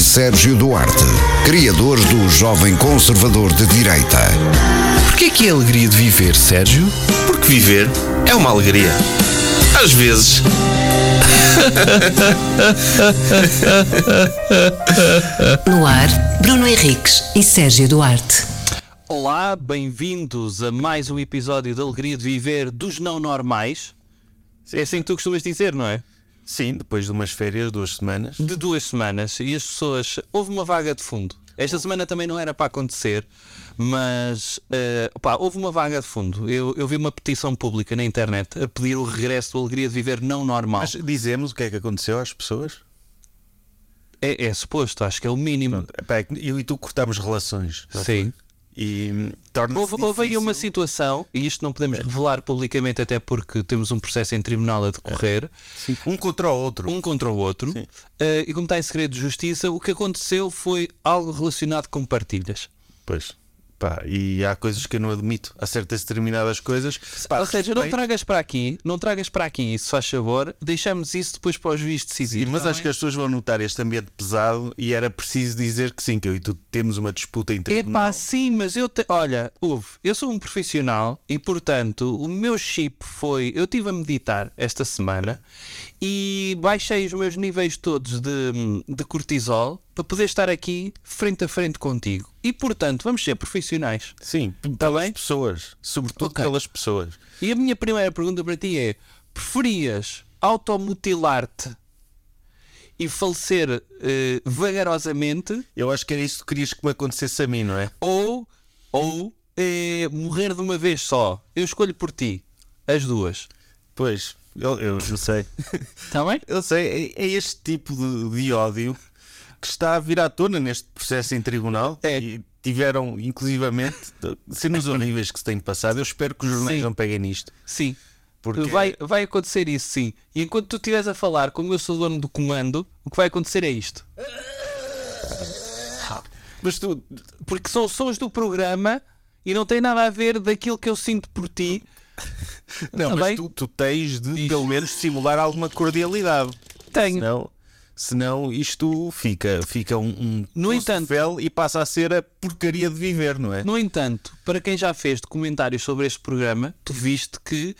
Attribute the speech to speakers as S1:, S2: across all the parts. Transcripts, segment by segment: S1: Sérgio Duarte, criador do Jovem Conservador de Direita.
S2: Porquê que é a alegria de viver, Sérgio?
S3: Porque viver é uma alegria. Às vezes.
S4: No ar, Bruno Henriques e Sérgio Duarte.
S5: Olá, bem-vindos a mais um episódio de Alegria de Viver dos Não Normais. É assim que tu costumas dizer, não é?
S3: Sim, depois de umas férias, duas semanas.
S5: De duas semanas e as pessoas. Houve uma vaga de fundo. Esta semana também não era para acontecer, mas eh, opá, houve uma vaga de fundo. Eu, eu vi uma petição pública na internet a pedir o regresso do Alegria de Viver Não Normal.
S3: Mas dizemos o que é que aconteceu às pessoas?
S5: É, é suposto, acho que é o mínimo.
S3: Epá, é que eu e tu cortámos relações.
S5: Sim.
S3: E hum, torna-se.
S5: Houve, houve aí
S3: difícil.
S5: uma situação, e isto não podemos revelar publicamente, até porque temos um processo em tribunal a decorrer.
S3: Sim, Um contra o outro.
S5: um contra o outro, eh, e como está em segredo de justiça, o que aconteceu foi algo relacionado com partilhas.
S3: Pois. Pá, e há coisas que eu não admito. Há certas determinadas coisas. Pá,
S5: Ou seja, não
S3: respeito.
S5: tragas para aqui, não tragas para aqui isso, se faz favor, deixamos isso depois para os juízes
S3: E-
S5: decidir.
S3: mas acho que as pessoas vão notar este ambiente pesado e era preciso dizer que sim, que eu e tu temos uma disputa entre
S5: Epá, sim, mas eu te... Olha, Hugo, eu sou um profissional e, portanto, o meu chip foi. Eu estive a meditar esta semana e baixei os meus níveis todos de, de cortisol para poder estar aqui frente a frente contigo. E, portanto, vamos ser profissionais.
S3: Sim,
S5: Tá
S3: pelas
S5: bem?
S3: pessoas, sobretudo
S5: Ok.
S3: pelas pessoas.
S5: E a minha primeira pergunta para ti é: preferias automutilar-te e falecer eh, vagarosamente
S3: Eu acho que era isso que querias que me acontecesse a mim, não é?
S5: ou, ou eh, morrer de uma vez só? Eu escolho por ti as duas.
S3: Pois, eu, eu, eu sei.
S5: Está bem?
S3: Eu sei, é, é este tipo de, de ódio que está a vir à tona neste processo em tribunal.
S5: É.
S3: E tiveram, inclusivamente, cenas horríveis que se têm passado. Eu espero que os jornais
S5: Sim.
S3: não peguem nisto.
S5: Sim.
S3: Porque-
S5: Vai, vai acontecer isso, sim. E enquanto tu estiveres a falar, como eu sou dono do comando, o que vai acontecer é isto.
S3: Mas tu,
S5: Porque são sons do programa e não tem nada a ver daquilo que eu sinto por ti.
S3: não,
S5: Tá
S3: mas
S5: bem?
S3: tu, tu tens de,
S5: Diz.
S3: pelo menos, simular alguma cordialidade.
S5: Tenho.
S3: Senão, senão isto fica, fica um, um
S5: No
S3: poço de
S5: entanto-
S3: fel e passa a ser a porcaria de viver, não é?
S5: No entanto, para quem já fez documentários sobre este programa, tu viste que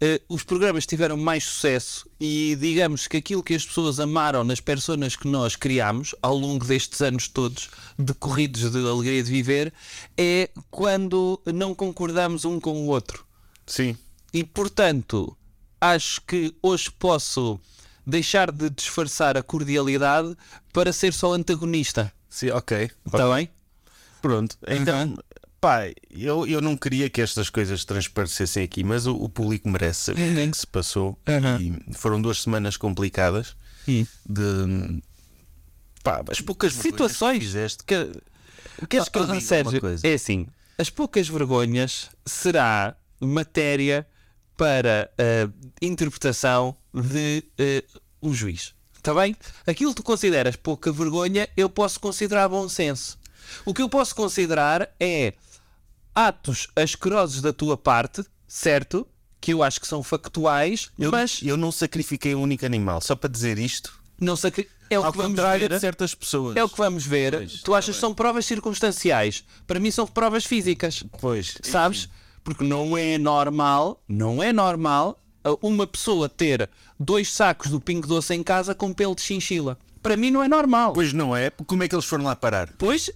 S5: eh, os programas tiveram mais sucesso e digamos que aquilo que as pessoas amaram nas personas que nós criámos ao longo destes anos todos decorridos de alegria de viver é quando não concordamos um com o outro.
S3: Sim.
S5: E portanto, acho que hoje posso deixar de disfarçar a cordialidade para ser só antagonista.
S3: Sim, ok.
S5: Está Tá bem?
S3: Pronto. Então, pá, eu, eu não queria que estas coisas transparecessem aqui, mas o, o público merece saber o que é que se passou.
S5: Uhum.
S3: E foram duas semanas complicadas
S5: Sim.
S3: de. Pá, as poucas
S5: Situações.
S3: vergonhas que fizeste. Que...
S5: Queres que eu
S3: Ah,
S5: diga
S3: ah,
S5: uma
S3: Sérgio,
S5: coisa? É assim, as poucas vergonhas será matéria para a interpretação de eh, um juiz. Está bem? Aquilo que tu consideras pouca vergonha, eu posso considerar bom senso. O que eu posso considerar é atos asquerosos da tua parte, certo? Que eu acho que são factuais,
S3: Eu,
S5: mas
S3: eu não sacrifiquei um único animal, só para dizer isto.
S5: não sei que- é o
S3: Ao
S5: que vamos
S3: contrário
S5: ver.
S3: de certas pessoas.
S5: É o que vamos ver. tu
S3: tá
S5: achas que são provas circunstanciais? Para mim são provas físicas.
S3: Pois. é
S5: Sabes? Porque não é normal, não é normal uh, uma pessoa ter dois sacos do Pingo Doce em casa com pelo de chinchila. Para mim não é normal. Pois,
S3: Pois não é? Como é que eles foram lá parar?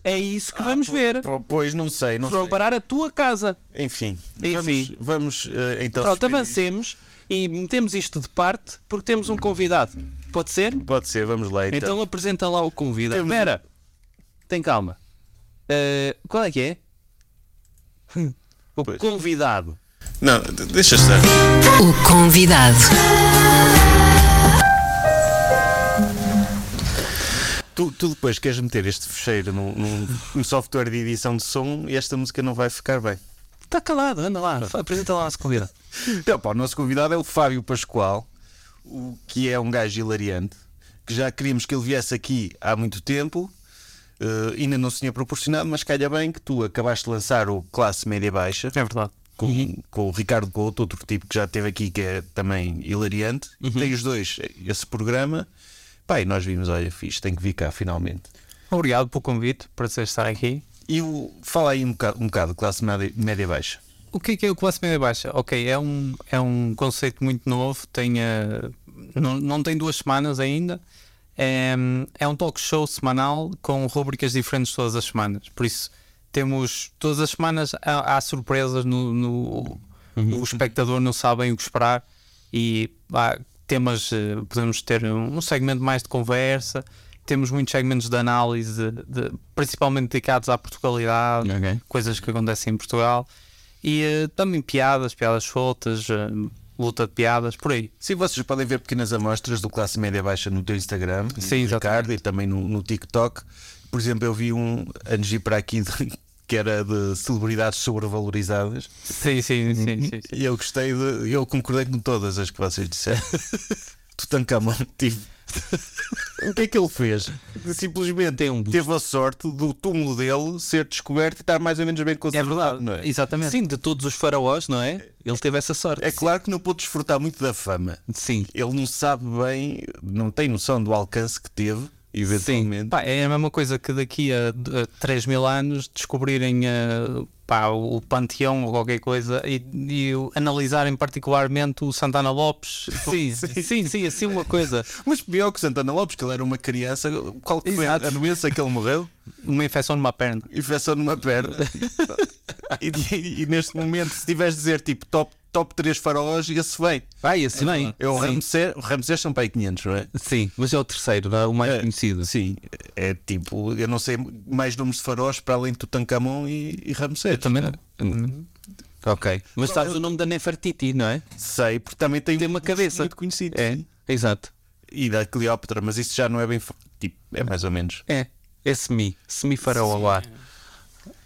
S5: é isso que vamos ver.
S3: Po- Pois não sei, não
S5: Vão
S3: sei.
S5: parar a tua casa.
S3: Enfim,
S5: Enfim.
S3: vamos, vamos eh, então.
S5: Pronto,
S3: suspender isto.
S5: avancemos e metemos isto de parte porque temos um convidado. Pode ser?
S3: Pode ser, vamos lá então.
S5: Então apresenta lá o convidado.
S3: Temos-
S5: Espera, tem calma. Eh, qual é que é? O convidado.
S3: Não, de- deixa estar.
S4: O convidado.
S3: Tu, tu depois queres meter este fecheiro num, num- num software de edição de som e esta música não vai ficar bem.
S5: Está calado, anda lá. fa- Apresenta lá o nosso convidado.
S3: Então, pá, o nosso convidado é o Fábio Pascoal, o que é um gajo hilariante, que já queríamos que ele viesse aqui há muito tempo, eh, ainda não se tinha proporcionado, mas calha bem que tu acabaste de lançar o Classe Média Baixa.
S5: É verdade.
S3: com, com o Ricardo Couto, outro tipo que já teve aqui, que é também hilariante. eh, Tem os dois esse programa. Pá, e nós vimos, olha, fixe, tem que vir cá finalmente.
S5: Obrigado pelo convite, para prazer estar aqui.
S3: E o, fala aí um bocado, um bocado de classe média, média baixa.
S5: O que é que é o classe média baixa? Ok, é um, é um conceito muito novo, tem, eh, não, não tem duas semanas ainda. É, é um talk show semanal com rubricas diferentes todas as semanas. Por isso, temos todas as semanas há, há surpresas no. no- O espectador não sabe bem o que esperar e há temas. eh, Podemos ter um segmento mais de conversa, temos muitos segmentos de análise, de- de- principalmente dedicados à Portugalidade,
S3: Ok.
S5: coisas que acontecem em Portugal. E eh, também piadas, piadas soltas, eh, luta de piadas, por aí.
S3: Sim, vocês podem ver pequenas amostras do classe média baixa no teu Instagram,
S5: Sim,
S3: no Ricardo, e também no, no TikTok. Por exemplo, eu vi um antes de ir para aqui que era de celebridades sobrevalorizadas
S5: Sim, Uhum. sim, sim. sim, sim.
S3: e eu gostei de. Eu concordei com todas as que vocês disseram. Tutankhamon, tive. O que é que ele fez? Simplesmente
S5: Tem um busto.
S3: teve a sorte do túmulo dele ser descoberto e estar mais ou menos bem
S5: É
S3: conservado.
S5: verdade,
S3: não é?
S5: exatamente. Sim, de todos os faraós, não é? Ele teve essa sorte.
S3: É claro que não pôde desfrutar muito da fama.
S5: Sim.
S3: Ele não sabe bem, não tem noção do alcance que teve, eventualmente.
S5: Sim. Pá, é a mesma coisa que daqui a, a 3 mil anos descobrirem eh, pá, o Panteão ou qualquer coisa e, e o- analisarem particularmente o Santana Lopes. Sim, sim, sim, assim uma coisa.
S3: Mas pior que Santana Lopes, que ele era uma criança, qual que foi a
S5: Exato.
S3: doença que ele morreu?
S5: Uma infecção numa perna.
S3: Infecção numa perna. e, e- e neste momento, se tiveres de dizer tipo top, top 3 faraós, esse vem.
S5: Vai, esse bem.
S3: É o
S5: sim.
S3: Ramsés, o Ramsés são para aí 500, não é?
S5: sim, mas é o terceiro, não é? o mais conhecido.
S3: Sim, é tipo, eu não sei mais nomes de faraós para além de Tutankhamon e, e Ramsés.
S5: Também não. Ok. Mas sabes o nome da Nefertiti, não é?
S3: Sei, porque também tem,
S5: Tem uma cabeça.
S3: muito conhecido.
S5: É, exato.
S3: e da Cleópatra, mas isso já não é bem. fa- Tipo, é mais ou menos.
S5: É, é semi, semi-faraó lá.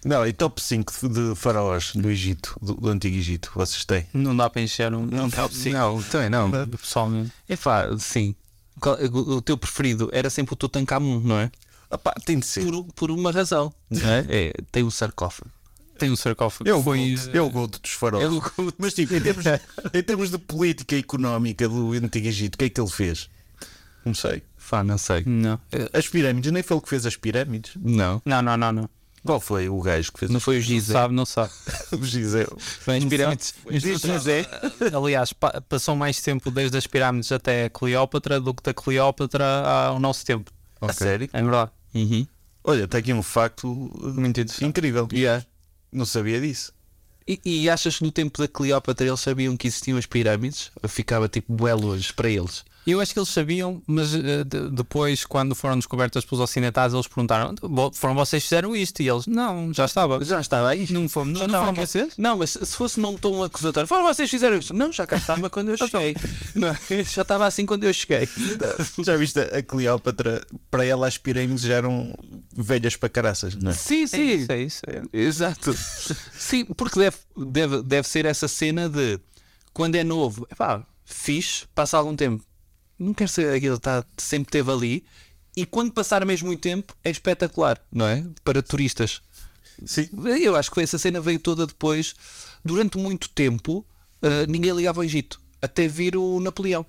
S3: Não, e top 5 de faraós do Egito, do, do Antigo Egito, vocês têm?
S5: Não dá para encher um. Não dá Não, também não. Pessoalmente. É pá, sim. Qual- O o teu preferido era sempre o Tutankhamun, não é?
S3: Opá, tem de ser.
S5: Por, por uma razão. Não é? É, tem um sarcófago. Tem um sarcófago. É
S3: Eu eu gosto é dos faraós.
S5: Eu gosto.
S3: Mas tipo, em termos, em termos de política económica do Antigo Egito, o que é que ele fez? Não sei.
S5: Fá, não sei. Não.
S3: As pirâmides, nem foi ele que fez as pirâmides.
S5: Não. Não, não, não, não.
S3: Qual foi o gajo que fez
S5: foi o Gizé. Sabe, não sabe.
S3: o Giseu?
S5: Bem, as pirâmides.
S3: Diz José.
S5: Aliás, pa- passou mais tempo desde as pirâmides até a Cleópatra do que da Cleópatra ao nosso tempo.
S3: A sério?
S5: É verdade.
S3: Olha, está aqui um facto uh,
S5: Muito interessante.
S3: incrível.
S5: Yeah.
S3: Não sabia disso.
S5: E, e achas que no tempo da Cleópatra eles sabiam que existiam as pirâmides? Ou Ficava tipo bué longe para eles. Eu acho que eles sabiam, mas eh, de- depois, quando foram descobertas pelos ocidentais, eles perguntaram: "Bo- foram vocês que fizeram isto? E eles: não, já estava. Já estava aí? Não fomos, não, foram vocês? Não, mas se fosse não tão acusatório, foram vocês que fizeram isto? Não, já cá estava quando eu cheguei. Não, já estava assim quando eu cheguei.
S3: Já viste a Cleópatra? Para ela, as pirâmides já eram velhas para caraças, não é?
S5: Sim, sim. isso, é isso. Exato. sim, porque deve, deve, deve ser essa cena de quando é novo, pá, fixe, passa algum tempo. Não quer ser aquilo que tá, sempre esteve ali. E quando passar mesmo muito tempo, é espetacular, não é? Para turistas.
S3: Sim.
S5: Eu acho que essa cena veio toda depois. Durante muito tempo, eh, ninguém ligava ao Egito, até vir o Napoleão.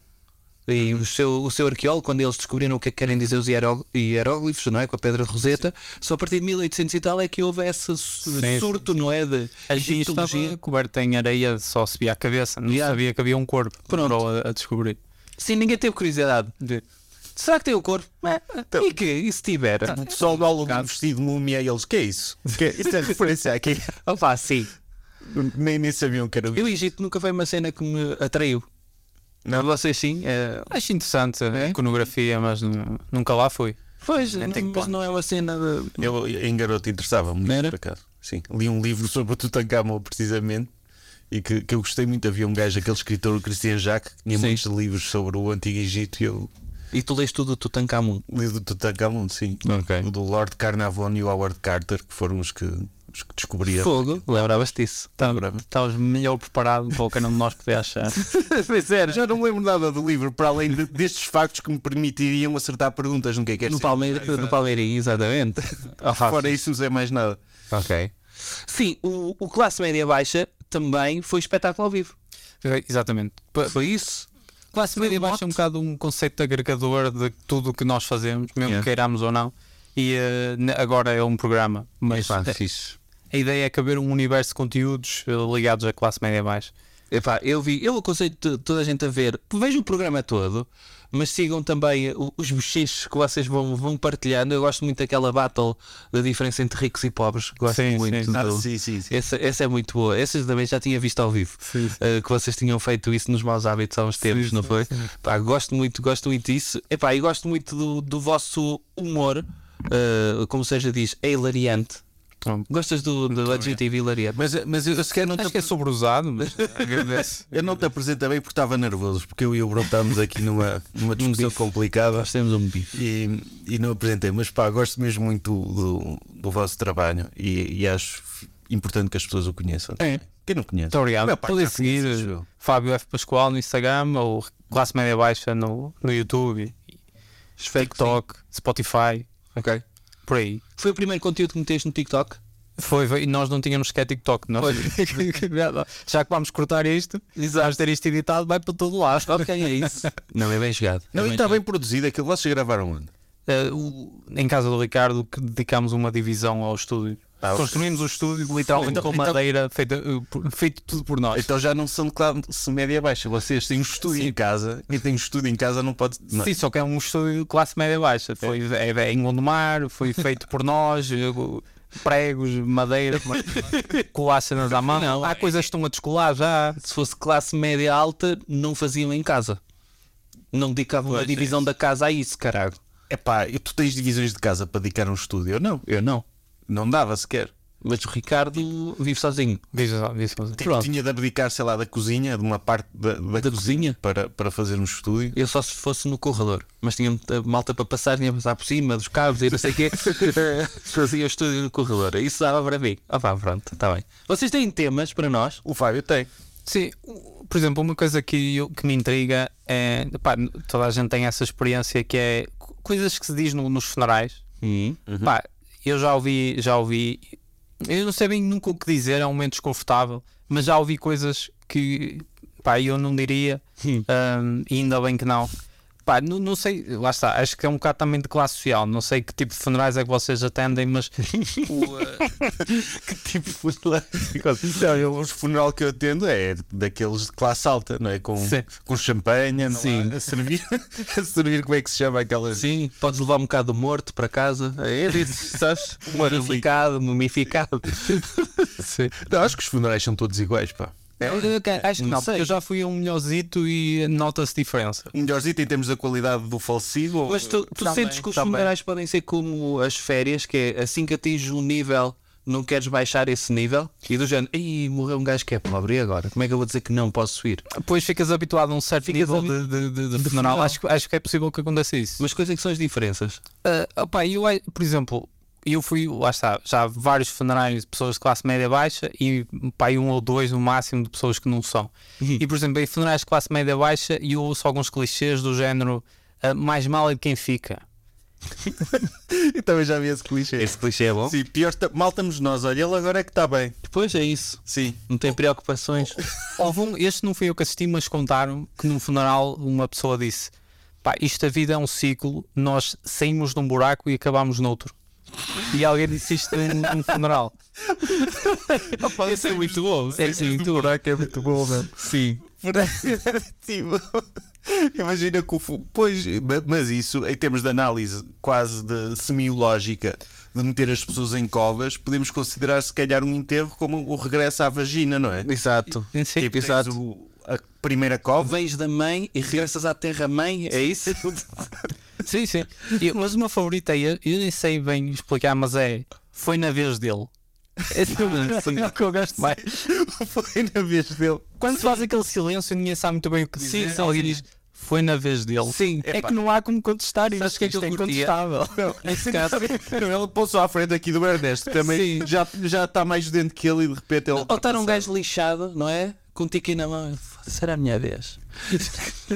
S5: E
S3: Uhum.
S5: o seu, o seu arqueólogo, quando eles descobriram o que é que querem dizer os hieró- hieróglifos, não é? Com a pedra de Roseta, só a partir de 1800 e tal é que houve esse su- surto, não é? De egiptologia.
S6: coberto em areia, só se via a cabeça, não sabia que havia um corpo. Pronto. A, a descobrir.
S5: Sim, ninguém teve curiosidade. Será que tem o corpo? É,
S3: Então
S5: e que? E se tiver?
S3: O pessoal do aula do vestido de múmia e eles, que é isso? Que é, isso Então, é referência aqui.
S5: Opa, sim.
S3: Nem, nem sabiam que era
S5: E o Egito nunca foi uma cena que me atraiu. Não, vocês sim. é-
S6: Acho interessante a iconografia, mas nu- nunca lá fui.
S5: Pois, não, mas não é uma cena de.
S3: Eu em garoto interessava-me
S5: Era?
S3: muito por acaso. Sim. Li um livro sobre o Tutankhamon precisamente e que, que eu gostei muito. Havia um gajo, aquele escritor, o Christian Jacques, que tinha
S5: Sim.
S3: muitos livros sobre o Antigo Egito e eu
S5: E tu lês tudo do Tutankhamun.
S3: li do Tutankhamon, sim.
S5: Ok.
S3: O do Lord Carnarvon e o Howard Carter, que foram os que, os que descobriram.
S5: Fogo, Tá. lembravas disso.
S6: Estavas melhor preparado para o que não de nós podia achar.
S5: Foi sério.
S3: Já não lembro nada do livro, para além de- destes factos que me permitiriam acertar perguntas no que é que é
S5: No,
S3: ser.
S5: Palmeira, no Palmeirinho, exatamente.
S3: Fora isso, não sei mais nada.
S5: ok. Sim, o, o classe média baixa também foi espetáculo ao vivo.
S6: Exatamente. Pa-
S5: Foi isso?
S6: um Classe média baixa é um bocado um conceito agregador de tudo o que nós fazemos, mesmo
S5: Yeah.
S6: queiramos ou não.
S5: E eh, ne- agora é um programa, mas
S3: Epá,
S6: é,
S5: a-
S3: fixe.
S5: a ideia é caber um universo de conteúdos eh, ligados à classe média mais.
S6: Epá, eu vi, eu aconselho to- toda a gente a ver. Vejo o programa todo, mas sigam também eh, o- os bochechos que vocês vão, vão partilhando. Eu gosto muito daquela battle da diferença entre ricos e pobres. Gosto
S5: Sim,
S6: muito.
S5: sim.
S6: do-
S3: Ah, sim, sim, sim.
S6: Essa, essa é muito boa. Essa também já tinha visto ao vivo. eh, que vocês tinham feito isso nos maus hábitos há uns tempos, não foi? Pá, gosto muito, gosto muito disso. Epá, e gosto muito do, do vosso humor, eh, como seja diz, é hilariante.
S5: Pronto.
S6: Gostas do, do adjetivo hilariante?
S3: Mas, mas eu, eu sequer não te,
S5: Acho que é sobreusado, mas agradeço.
S3: eu não te apresentei bem porque estava nervoso, porque eu e o Bruno estávamos aqui numa, numa discussão complicada.
S6: Nós temos um bife.
S3: e, e não apresentei, mas pá, gosto mesmo muito do, do vosso trabalho e, e acho importante que as pessoas o conheçam.
S5: É.
S3: Quem não conhece?
S5: Muito obrigado.
S3: Meu pai,
S5: Podem
S3: já conheces,
S5: seguir
S3: João.
S5: eh, Fábio F. Pascoal no Instagram ou Classe Média Baixa no, no YouTube, TikTok, Spotify,
S6: Ok.
S5: por aí.
S6: Foi o primeiro conteúdo que meteste no TikTok?
S5: Foi, foi, e nós não tínhamos sequer TikTok. Nós, já que vamos cortar isto, vamos ter isto editado, vai para todo lado.
S6: Ok, é isso. Não é bem chegado.
S3: Não, e está bem produzido aquilo. Vocês gravaram onde?
S5: Eh, o- em casa do Ricardo, que dedicámos uma divisão ao estúdio.
S3: Ah, ok.
S5: Construímos o estúdio literalmente
S3: Então-
S5: com
S3: então-
S5: madeira, feita, eh, por- feito tudo por nós.
S3: Então já não são de classe média baixa. Vocês têm um estúdio em casa. Quem tem um estúdio em casa não pode. Não.
S5: Sim, só que é um estúdio de classe média baixa. Foi é. é em Gondomar, foi feito por nós, eu- pregos, madeira, colar cenas à mão.
S6: Não,
S5: Há
S6: é-
S5: coisas que estão a descolar já.
S6: Se fosse classe média alta, não faziam em casa. Não dedicavam
S5: é.
S6: a divisão da casa a isso, caralho.
S3: Epá, e tu tens divisões de casa para dedicar um estúdio? Eu não.
S6: Eu não.
S3: Não dava sequer.
S6: Mas o Ricardo vive sozinho.
S5: Diz, diz, diz.
S3: Tipo, tinha de abdicar, sei lá, da cozinha, de uma parte da, da
S6: Da cozinha?
S3: para, para fazer um estúdio.
S6: Eu só se fosse no corredor. Mas tinha muita malta para passar, tinha a passar por cima dos cabos e não sei o quê. Fazia o estúdio no corredor. Isso dava para mim. Ah pá, pronto, está bem. Vocês têm temas para nós?
S3: O Fábio tem.
S5: Sim, o- por exemplo, uma coisa que, eu- que me intriga é. pá, toda a gente tem essa experiência que é co- coisas que se diz no- nos funerais. Pá, eu já ouvi, já ouvi. Eu não sei bem nunca o que dizer, é um momento desconfortável, mas já ouvi coisas que pá, eu não diria, ahm, e ainda bem que não. Pá, não, não sei, lá está, acho que é um bocado também de classe social. Não sei que tipo de funerais é que vocês atendem, mas
S3: tipo de funeral. não, eu, o funeral que eu atendo é daqueles de classe alta, não é? Com,
S6: Sim.
S3: com champanhe, não Sim. a servir. A servir, como é que se chama aquela.
S6: Sim, podes levar um bocado do morto para casa. É isso, sabes? Mumificado, mumificado. Sim.
S3: Não, acho que os funerais são todos iguais, pá.
S5: É, eu, eu ca- acho que
S6: Não
S5: não,
S6: sei.
S5: porque eu já fui a um melhorzito e nota-se diferença.
S3: Melhorzito em termos da qualidade do falecido. ou-
S6: Mas tu,
S3: Tá
S6: tu
S5: Também,
S6: sentes que os
S5: também.
S6: funerais podem ser como as férias, que é assim que atinges um nível, não queres baixar esse nível? E do género, ei, morreu um gajo que é pobre, e agora? Como é que eu vou dizer que não posso ir?
S5: Depois ficas habituado a um certo
S6: Ficas
S5: nível
S6: habi-
S5: de, de, de- de funeral. Acho, que- acho que é possível que aconteça isso.
S6: Mas quais é que são as diferenças?
S5: Ah, opá, eu, ai- por exemplo, eu fui, lá está, já há vários funerais de pessoas de classe média baixa e pá, aí um ou dois no máximo de pessoas que não são.
S6: Uhum.
S5: E, por exemplo, em funerais de classe média baixa e eu ouço alguns clichês do género ah, mais mal é de quem fica.
S3: Eu também já vi esse clichê.
S6: Esse clichê é bom?
S3: Sim, pior, tá- mal estamos nós. Olha, ele agora é que está bem.
S6: Depois é isso.
S3: Sim.
S6: Não tem preocupações.
S5: Oh. Houve um, este não foi eu que assisti, mas contaram que num funeral uma pessoa disse: pá, isto a vida é um ciclo, nós saímos de um buraco e acabamos noutro. E alguém disse isto em- num funeral.
S6: Esse é muito bom. Esse é muito bom.
S5: buraco é muito bom, Sim.
S3: Tipo, imagina que o. fu- Pois, ma- mas isso, em termos de análise quase de semiológica, de meter as pessoas em covas, podemos considerar se calhar um enterro como o regresso à vagina, não é?
S6: Exato.
S5: Sim,
S3: Tipo, tens
S6: exato.
S3: o- a primeira cova.
S6: Vens da mãe e regressas à terra-mãe, é isso?
S5: sim. sim. E- mas uma favorita, eu, eu nem sei bem explicar, mas é: foi na vez dele. Esse é o que eu gosto mais.
S3: Foi na vez dele.
S5: Quando se faz aquele silêncio, ninguém sabe muito bem o que dizer.
S6: sim,
S5: alguém
S6: sim.
S5: diz: foi na vez dele.
S6: é assim, Sim.
S5: É que não há como contestar isto.
S6: Sabes o que é que
S5: isto
S6: eu
S5: é
S6: curtia?
S5: incontestável.
S6: Nesse caso.
S3: Ele pousou à frente aqui do Ernesto, que também
S6: Sim.
S3: já já está mais dentro que ele e de repente ele.
S6: Ou estar um gajo lixado, não é? Com um tiquinho na mão. Será a minha vez?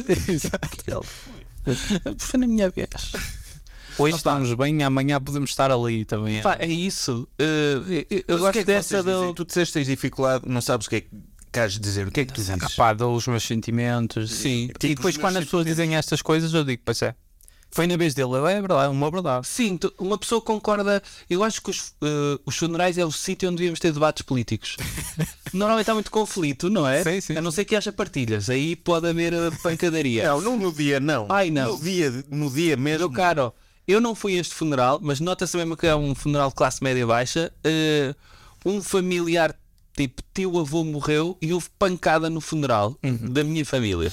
S6: Ele, Foi na minha vez.
S5: Hoje estamos bem, amanhã podemos estar ali também.
S6: Pá, é isso. Eh, eu- eu
S3: Mas o que
S6: gosto
S3: é que
S6: dessa
S3: vocês dizem?
S6: do.
S3: Tu disseste que tens dificuldade, não sabes o que é que queres dizer. O que é que tu dizes?
S5: Pá, dou os meus sentimentos.
S6: Sim.
S5: e depois,
S3: os meus
S5: quando as pessoas dizem estas coisas, eu digo: pois é,
S7: Foi na vez dele, é verdade, é uma verdade.
S5: Sim, tu- uma pessoa concorda. Eu acho que os, eh, os funerais é o sítio onde devíamos ter debates políticos. Normalmente há muito conflito, não é?
S7: Sim, É. sim,
S5: A não ser que haja partilhas, aí pode haver eh, pancadaria.
S3: É, Não, não no dia, não.
S5: Ai, não.
S3: No dia, no dia mesmo.
S5: Meu caro, eu não fui a este funeral, mas nota-se mesmo que é um funeral de classe média baixa. Eh, um familiar, tipo, teu avô morreu e houve pancada no funeral
S7: Uhum.
S5: da minha família.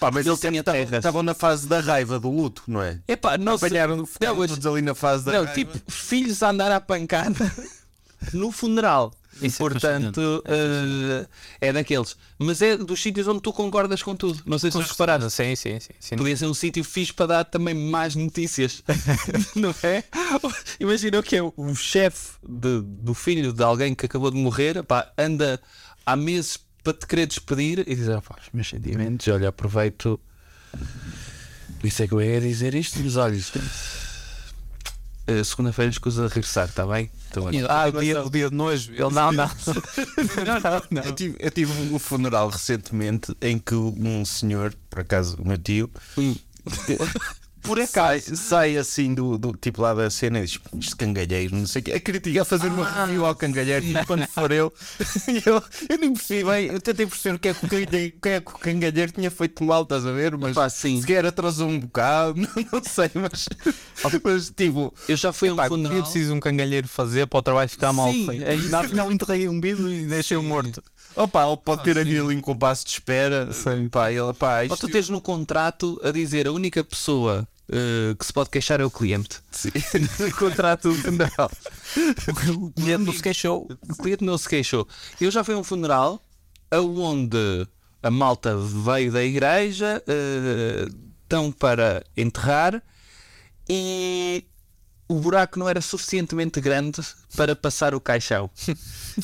S3: Pá, mas
S5: Ele
S3: isso é-
S5: tinha
S3: estavam-
S5: terras.
S3: Estavam na fase da raiva, do luto, não é?
S5: Epá, não sei.
S3: Apanharam ficaram
S5: Não, mas-
S3: todos ali na fase da
S5: Não,
S3: raiva.
S5: tipo, filhos a andar à pancada no funeral.
S7: Isso é
S5: Portanto, eh, é daqueles. Mas é dos sítios onde tu concordas com tudo. Não sei se os repararam.
S7: Parado. Sim, sim, sim. sim.
S5: Podia ser um sítio fixe para dar também mais notícias, não é? Imagina o que é o chefe de- do filho de alguém que acabou de morrer, pá, anda há meses para te querer despedir e diz: "Ah, pá, os meus sentimentos, olha, aproveito. Isso é que eu ia dizer isto nos olhos. Eh, Segunda-feira, escusa de regressar, está bem? Então, olha.
S7: Ah, o dia, o dia de nojo. Ele não, não. não,
S3: Eu tive, eu tive um funeral recentemente em que um senhor, por acaso o meu tio, por acaso sai, sai assim do, do tipo lá da cena e diz: Este cangalheiro, não sei o quê, a criticar, a fazer uma review ao cangalheiro, tipo, quando for eu. E eu, eu nem percebi bem, eu tentei perceber o que é que o cangalheiro, o que é que o cangalheiro tinha feito mal, estás a ver? Mas
S5: Epá, sim.
S3: sequer atrasou um bocado, não, não sei, mas, mas tipo,
S5: Eu já fui a um
S7: Pá, o que
S5: funeral.
S7: eu preciso um cangalheiro fazer para o trabalho ficar mal
S5: Sim,
S7: feito?
S5: é isso.
S7: Na final enterrei um bido e deixei-o morto.
S3: opa, ele pode ter ali um compasso de espera,
S7: Sim.
S3: pá, ele, pá,
S5: Ou
S3: isto,
S5: tu tens no contrato a dizer a única pessoa eh, que se pode queixar é o cliente.
S7: Contrato não. O cliente não se queixou.
S5: O cliente não se queixou. Eu já fui a um funeral onde a malta veio da igreja, eh, estão para enterrar e o buraco não era suficientemente grande para passar o caixão.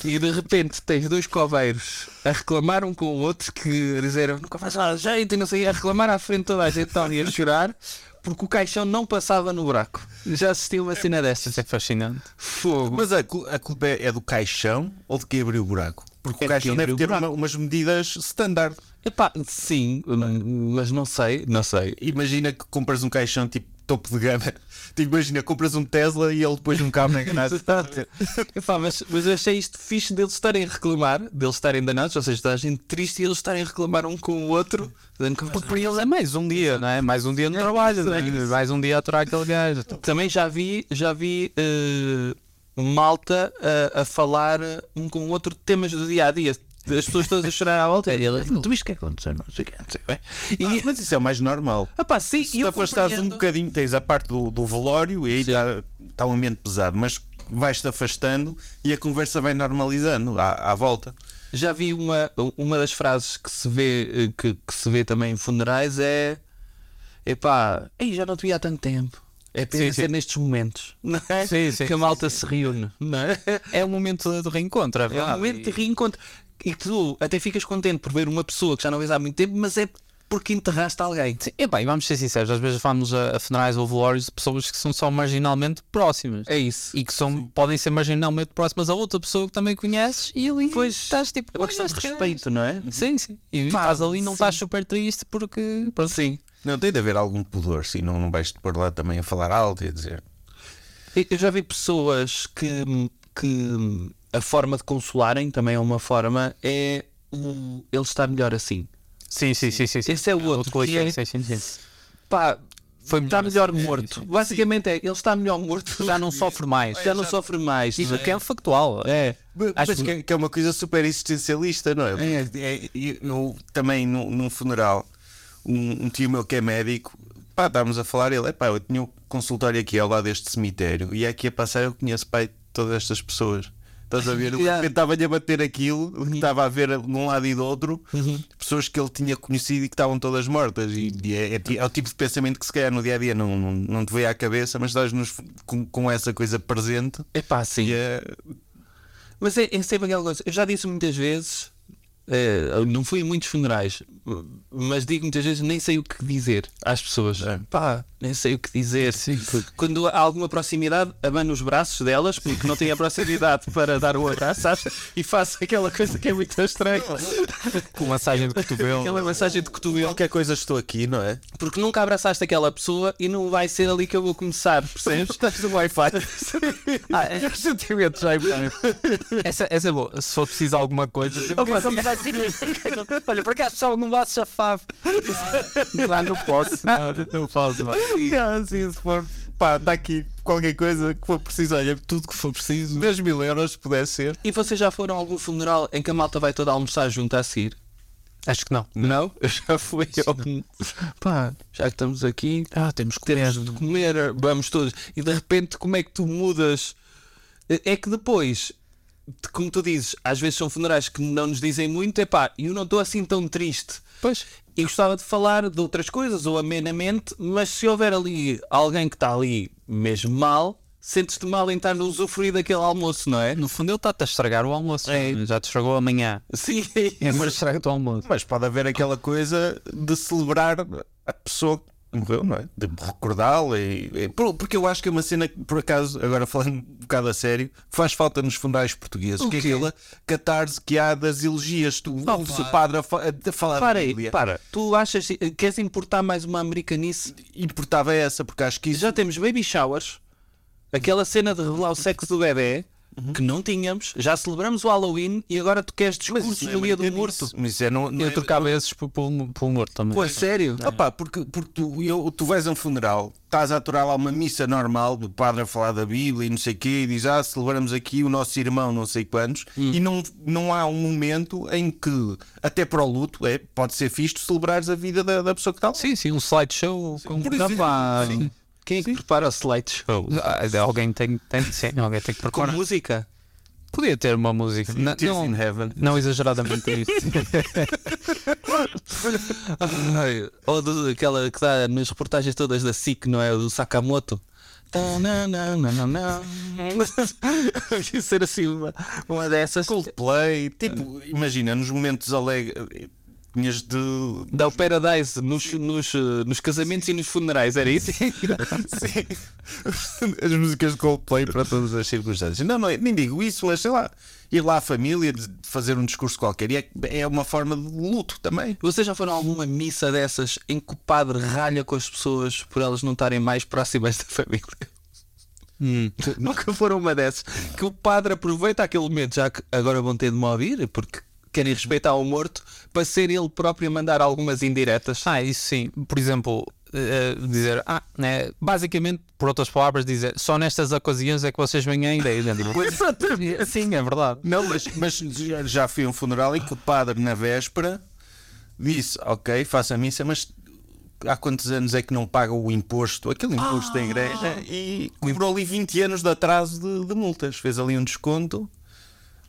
S5: e de repente tens dois coveiros a reclamar um com o outro que disseram nunca faz nada de jeito e não sei, a reclamar à frente de toda a gente então, e a chorar porque o caixão não passava no buraco. Já assisti a uma cena destas.
S7: Isso é fascinante.
S5: Fogo.
S3: Mas a, cu- a culpa é é do caixão ou de quem abriu o buraco? Porque
S5: É
S3: o
S5: de
S3: caixão
S5: quem
S3: deve
S5: abriu o
S3: ter
S5: buraco.
S3: uma- umas medidas standard.
S5: Epá, sim, mas não sei, não sei.
S3: Imagina que compras um caixão tipo topo de gama. Tipo, imagina, compras um Tesla e ele depois não cabe na garagem.
S5: Epá, mas, mas eu achei isto fixe deles estarem a reclamar, deles estarem danados, ou seja, está a gente triste e eles estarem a reclamar um com o outro. dizendo que-
S7: Porque para eles é mais um dia, não é? Mais um dia no trabalho, não é? mais um dia a aturar aquele gajo. então.
S5: Também já vi, já vi eh, malta eh, a, a falar um com o outro de temas do dia a dia. As pessoas todas a chorar à
S7: É,
S5: volta. E ele, tu viste o que é? aconteceu? Não sei o que, não sei o que.
S3: E- mas isso é o mais normal.
S5: E, epá, sim,
S3: Se te
S5: eu
S3: afastares um
S5: compreendo.
S3: bocadinho, tens a parte do, do velório e aí está um ambiente pesado, mas vais-te afastando e a conversa vai normalizando à, à volta.
S5: um, Já vi uma, uma das frases que se vê, eh, que, que se vê também em funerais é Epá, ei, já não te vi há tanto tempo. É pena
S7: Sim, sim.
S5: ser nestes momentos não é?
S7: Sim, sim,
S5: que a malta se reúne. Não é?
S7: É o momento do reencontro, é
S5: É um
S7: verdade.
S5: momento de reencontro. E tu até ficas contente por ver uma pessoa que já não vês há muito tempo, mas é porque enterraste alguém.
S7: Sim, epá, e vamos ser sinceros, às vezes vamos a, a funerais ou velórios de pessoas que são só marginalmente próximas.
S5: É isso.
S7: E que são, podem ser marginalmente próximas a outra pessoa que também conheces e ali
S5: Pois,
S7: estás tipo.
S5: É uma questão
S7: "Olha,
S5: de
S7: este gajo".
S5: respeito, não é?
S7: Sim, sim. E estás ali e não estás super triste porque. pronto.
S5: Sim.
S3: Não, tem de haver algum pudor, senão não vais-te pôr lá também a falar alto e a dizer.
S5: Eu eu já vi pessoas que, que a forma de consolarem também é uma forma, é o, ele está melhor assim.
S7: Sim, sim, sim, sim. sim.
S5: Esse é o outro,
S7: clique,
S5: que é-
S7: sim, sim, sim.
S5: Pá,
S7: Foi assim,
S5: está melhor morto.
S7: sim.
S5: Basicamente é, ele está melhor morto,
S7: Já não sofre mais.
S5: já não sofre mais.
S7: Isso aqui é factual.
S5: É.
S7: Acho
S3: Acho que, é- que é uma coisa super existencialista, não é? É, é, eu também num, num funeral, um, um tio meu que é médico, pá, estávamos a falar, ele, pá, eu tinha um consultório aqui ao lado deste cemitério e é aqui a passar eu conheço, pai, todas estas pessoas. Estás a ver? Ele
S5: Yeah.
S3: Tentava-lhe a bater aquilo, que estava a ver de um lado e do outro, pessoas que ele tinha conhecido e que estavam todas mortas. E, e é, é ti- é o tipo de pensamento que, se calhar, no dia a dia não, não, não te veio à cabeça, mas estás nos- com, com essa coisa presente.
S5: É pá, sim.
S3: E é,
S6: é,
S5: Mas é, é sempre aquela coisa. Eu já disse muitas vezes, eh, eu não fui a muitos funerais,
S6: mas digo muitas vezes nem sei o que dizer às pessoas.
S3: É.
S6: Pá, nem sei o que dizer. Quando há alguma proximidade, abano os braços delas, porque não têm a proximidade para dar o abraço, sabes? E faço aquela coisa que é muito estranha.
S5: Com massagem de cotovelo.
S6: Aquela massagem de cotovelo,
S3: Qualquer coisa estou aqui, não é?
S6: porque nunca abraçaste aquela pessoa e não vai ser ali que eu vou começar, percebes?
S3: Estás no Wi-Fi.
S5: Ah, é- essa, essa é boa. Se for preciso alguma coisa. Olha, por acaso só não vá chafar. Lá não posso. Não posso. Se for, pá, está aqui qualquer coisa que for preciso. Olha, tudo que for preciso. 10 mil euros, se puder ser.
S6: E vocês já foram a algum funeral em que a malta vai toda almoçar junto a seguir?
S5: Acho que não.
S6: Não, eu já fui. ao- Pá, já que estamos aqui, ah, temos que ter de comer, vamos todos. E de repente, como é que tu mudas? É é que depois, de- como tu dizes, às vezes são funerais que não nos dizem muito. É pá, eu não estou assim tão triste.
S5: Pois.
S6: Eu gostava de falar de outras coisas ou amenamente, mas se houver ali alguém que está ali mesmo mal, sentes-te mal em estar a usufruir daquele almoço, não é?
S5: No fundo, ele está-te a estragar o almoço.
S6: É.
S5: Já te estragou amanhã.
S6: Sim,
S5: Agora estraga-te o almoço.
S3: Mas pode haver aquela coisa de celebrar a pessoa que morreu, não é? De recordá-la. e- e- por- Porque eu acho que é uma cena que, por acaso, agora falando um bocado a sério, que faz falta nos fundais portugueses, que é aquela catarse que há das elegias. Tu ouves o padre a, fa- a falar
S6: Para
S3: da
S6: aí,
S3: Bíblia.
S6: para. Tu achas. eh, Queres importar mais uma americanice?
S3: Importava essa, porque acho que isso
S6: Já temos baby showers, aquela cena de revelar o sexo do bebê,
S3: Uhum.
S6: que não tínhamos, já celebramos o Halloween e agora tu queres discursos no dia do morto.
S3: é Mas isso é, não, não
S5: Eu
S3: é-
S5: trocava esses por- por um, por morto também.
S6: Pô, sério?
S3: Opa, porque, porque tu, eu- tu vais a um funeral, estás a aturar lá uma missa normal do padre a falar da Bíblia e não sei o quê, e diz ah, celebramos aqui o nosso irmão, não sei quantos, e não, não há um momento em que, até para o luto, é, pode ser fixe, tu celebrares a vida da, da pessoa que está lá.
S5: Sim, sim, um slideshow com
S3: Por exemplo,
S5: Opa,
S3: sim.
S6: Quem é que prepara o slideshow?
S5: Ah, Alguém tem, tem, sim, alguém tem que
S6: Com
S5: procurar.
S6: música?
S5: Podia ter uma música. Não,
S3: Tears in
S5: não,
S3: Heaven.
S5: não exageradamente é isso.
S6: Ai, Ou do- aquela que dá nas reportagens todas da SIC, não é? Do Sakamoto. Não, não, não, não, não. ser assim uma, uma dessas.
S3: Coldplay, tipo, imagina, nos momentos alegres, tinhas de.
S6: Dá o Paradise nos, nos, eh, nos casamentos e nos funerais, era isso?
S3: As músicas de Coldplay para todas as circunstâncias. Não, não, nem digo isso, mas sei lá, ir lá à família, de- fazer um discurso qualquer. E é, é uma forma de luto também.
S6: Vocês já foram a alguma missa dessas em que o padre ralha com as pessoas por elas não estarem mais próximas da família?
S5: Hum.
S6: Nunca foram uma dessas. Que o padre aproveita aquele momento, já que agora vão ter de me ouvir, porque querem respeitar o morto, para ser ele próprio a mandar algumas indiretas.
S5: Ah, isso sim. Por exemplo, eh, dizer, ah, né, basicamente, por outras palavras, dizer só nestas ocasiões é que vocês vêm à ideia. né? sim, é verdade.
S3: Não, mas, mas já- já fui a um funeral em que o padre, na véspera, disse: Ok, faça a missa, mas há quantos anos é que não paga o imposto, aquele imposto da
S6: Ah.
S3: igreja, e cobrou ali 20 anos de atraso de, de multas. Fez ali um desconto.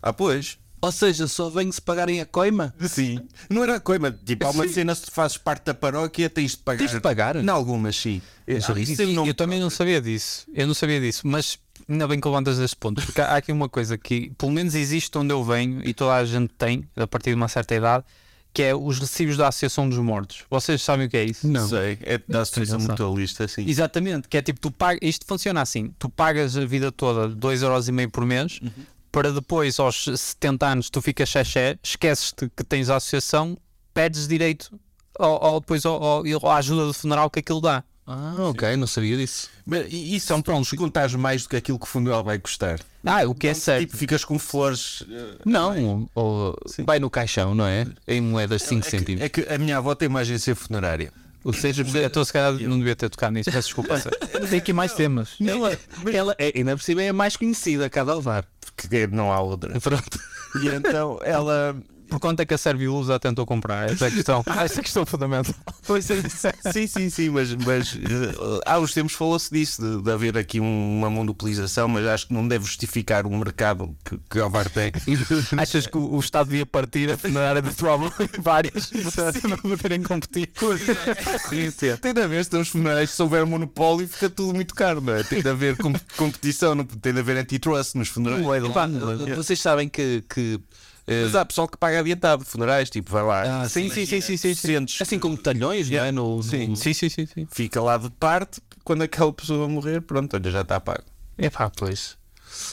S3: Ah, pois.
S6: Ou seja, só vêm se pagarem a coima.
S3: Sim. Não era coima. Tipo, há uma cena se tu fazes parte da paróquia, tens de pagar.
S6: Tens de pagar? É
S3: Em algumas, sim. Ah, isso eu não-
S5: É eu também não sabia disso. Eu não sabia disso, mas ainda bem que levantas este ponto, porque há há aqui uma coisa que, pelo menos, existe onde eu venho e toda a gente tem, a partir de uma certa idade, que é os recibos da Associação dos Mortos. Vocês sabem o que é isso?
S3: Não sei. É da Associação
S5: Atenção.
S3: Mutualista, sim.
S5: Exatamente, que é tipo, tu paga, isto funciona assim: tu pagas a vida toda 2,5€ por mês,
S3: Uhum.
S5: para depois, aos 70 anos, tu ficas xexé, esqueces-te que tens a associação, pedes direito ao, ao- depois ao- ao- à ajuda do funeral que aquilo dá.
S6: Ah, ok, não sabia disso.
S3: Mas e- isso é um pronto. Se contares mais do que aquilo que o funeral vai custar,
S5: Ah, o que é certo.
S3: tipo, ficas com flores. eh,
S6: Não, é? ou- vai no caixão, não é? Em moedas de 5
S3: É que,
S6: cêntimos.
S3: é que a minha avó tem uma agência funerária.
S5: Ou seja, eu estou se calhar não devia ter tocado nisso, peço desculpa. Tem aqui mais temas.
S6: Ela, ela é, ainda por cima é a mais conhecida, cada alvar.
S3: Porque é, não há outra.
S6: Pronto.
S3: E então ela.
S5: Por quanto é que a Servilusa tentou comprar? Essa é a questão. essa é a questão fundamental.
S3: Pois é, sim, sim, sim, mas, mas eh, há uns tempos falou-se disso, de, de haver aqui um- uma monopolização, mas acho que não deve justificar um mercado que, que o VAR tem.
S5: Achas que o, o Estado devia partir a funerária de Trouble em várias para poderem competir?
S3: Tem de haver, se tem os funerais, se houver monopólio, fica tudo muito caro, não é? Tem de haver
S8: eh,
S3: com- competição, não- tem de haver antitrust nos funerais.
S5: Pá,
S6: Vocês sabem que, que
S5: Eh,
S3: Mas há pessoal que paga adiantado funerais, tipo, vai lá,
S5: ah,
S8: Sim, sim, sim, sim, sim. sim.
S3: sentes,
S5: Assim como talhões, não é? No, no-
S8: Sim, sim, sim, sim. sim.
S3: fica lá de parte, quando aquela pessoa morrer, pronto, olha, já está pago.
S5: É pá, pois.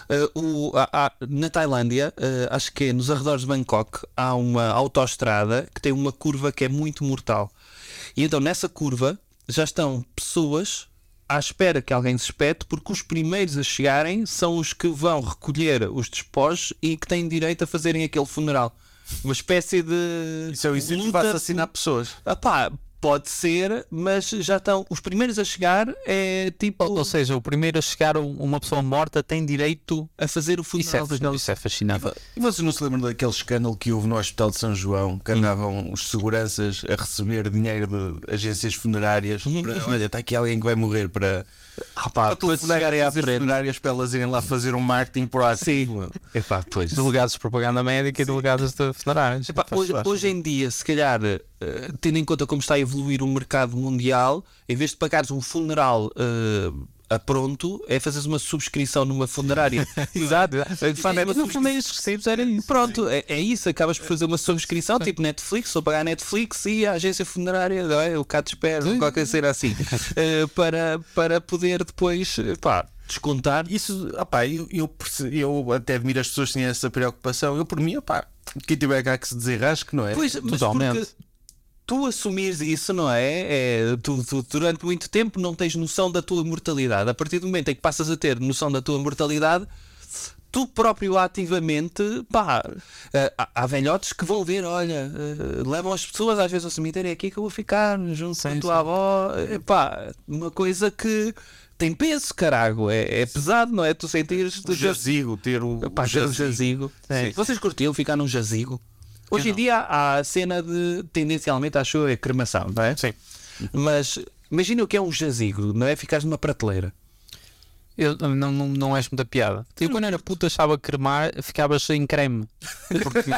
S5: Eh, o- há- há- na Tailândia, eh, acho que é nos arredores de Bangkok, há uma autoestrada que tem uma curva que é muito mortal. E então nessa curva já estão pessoas à espera que alguém se espete, porque os primeiros a chegarem são os que vão recolher os despojos e que têm direito a fazerem aquele funeral. Uma espécie de.
S3: Isso é o incentivo
S5: luta
S3: a assassinar pessoas.
S5: Ah pá, pode ser, mas já estão. Os primeiros a chegar é tipo
S8: Ou seja, o primeiro a chegar, um- uma pessoa morta tem direito.
S5: a fazer o
S8: Isso é,
S5: funeral dos nossos.
S8: isso é fascinante.
S3: E vocês não se lembram daquele escândalo que houve no Hospital de São João, que andavam os seguranças a receber dinheiro de agências funerárias? para- olha, está aqui alguém que vai morrer para.
S5: Ah pá,
S3: para telefonarem às funerárias para elas irem lá fazer um marketing proativo.
S5: Epá, pois.
S8: Delegados de propaganda médica e delegados de é funerários.
S5: Epá, hoje, hoje em dia, se calhar, eh, tendo em conta como está a evoluir o mercado mundial, em vez de pagares um funeral eh, a pronto, é fazeres uma subscrição numa funerária.
S8: Exato, exato.
S5: Faz uma
S8: Mas os primeiros recibos era isso.
S5: Pronto, é, é isso. Acabas por fazer uma subscrição, tipo Netflix, ou pagar a Netflix e a agência funerária, não é? o cá te espero, qualquer coisa assim, eh, para, para poder depois eh, pá, descontar.
S3: Isso, opá, eu, eu, perce- eu até admiro as pessoas que têm essa preocupação. Eu, por mim, opá, quem tiver cá que se desenrasque, não é?
S5: Pois, mas
S8: Totalmente.
S5: porque tu assumires isso, não é? é tu, tu durante muito tempo não tens noção da tua mortalidade. A partir do momento em que passas a ter noção da tua mortalidade, tu próprio ativamente, pá, eh, há- há velhotes que vão ver, olha, eh, levam as pessoas às vezes ao cemitério, é aqui que eu vou ficar, junto com a tua avó, Eh, pá, uma coisa que tem peso, carago, é, é pesado, não é? Tu sentires, tu
S3: o jazigo, ter o.
S5: Pá,
S3: o
S5: já-
S3: jazigo.
S5: jazigo. Sim. Vocês curtiam ficar num jazigo? Hoje em dia há a cena de, tendencialmente, acho eu, é cremação, não é? Sim. Mas imagina o que é um jazigo, não é? Ficares numa prateleira.
S8: Eu, não, não, não és muita piada. Eu quando era puta achava que cremar, ficava sem creme. Porque-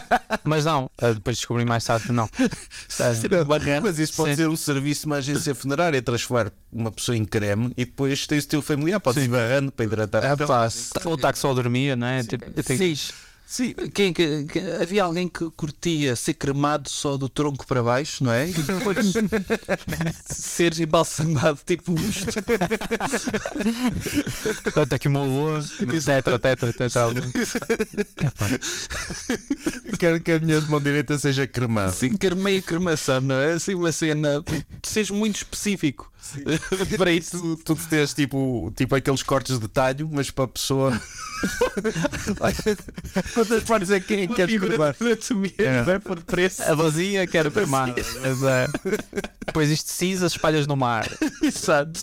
S8: mas não, ah, depois descobri mais tarde que não. Eh,
S3: Mas isso pode
S8: Sim.
S3: ser um serviço de uma agência funerária, transformar uma pessoa em creme e depois tens o teu familiar, podes ir barrando para hidratar. Então,
S8: Ah, pá, se voltar que só dormia, não é? Tipo, eu tenho-
S5: Sim. Quem, que- que- havia alguém que curtia ser cremado só do tronco para baixo, não é? E depois seres embalsamado tipo isto.
S3: Tá,
S8: Tanto aqui o meu louço, tetra, tetra, tetra.
S3: Quero que a minha mão direita seja cremada.
S5: Sim, carmeia cremação, não é? Assim uma cena. Seres muito específico para isso.
S3: Tu, tu tens tipo, tipo aqueles cortes de talho, mas para a pessoa. Quantas partes é que queres cremar?
S5: Não é por preço.
S8: A vazia quero cremar. Mas, ah, Depois isto cinza, espalhas no mar.
S5: Sabe?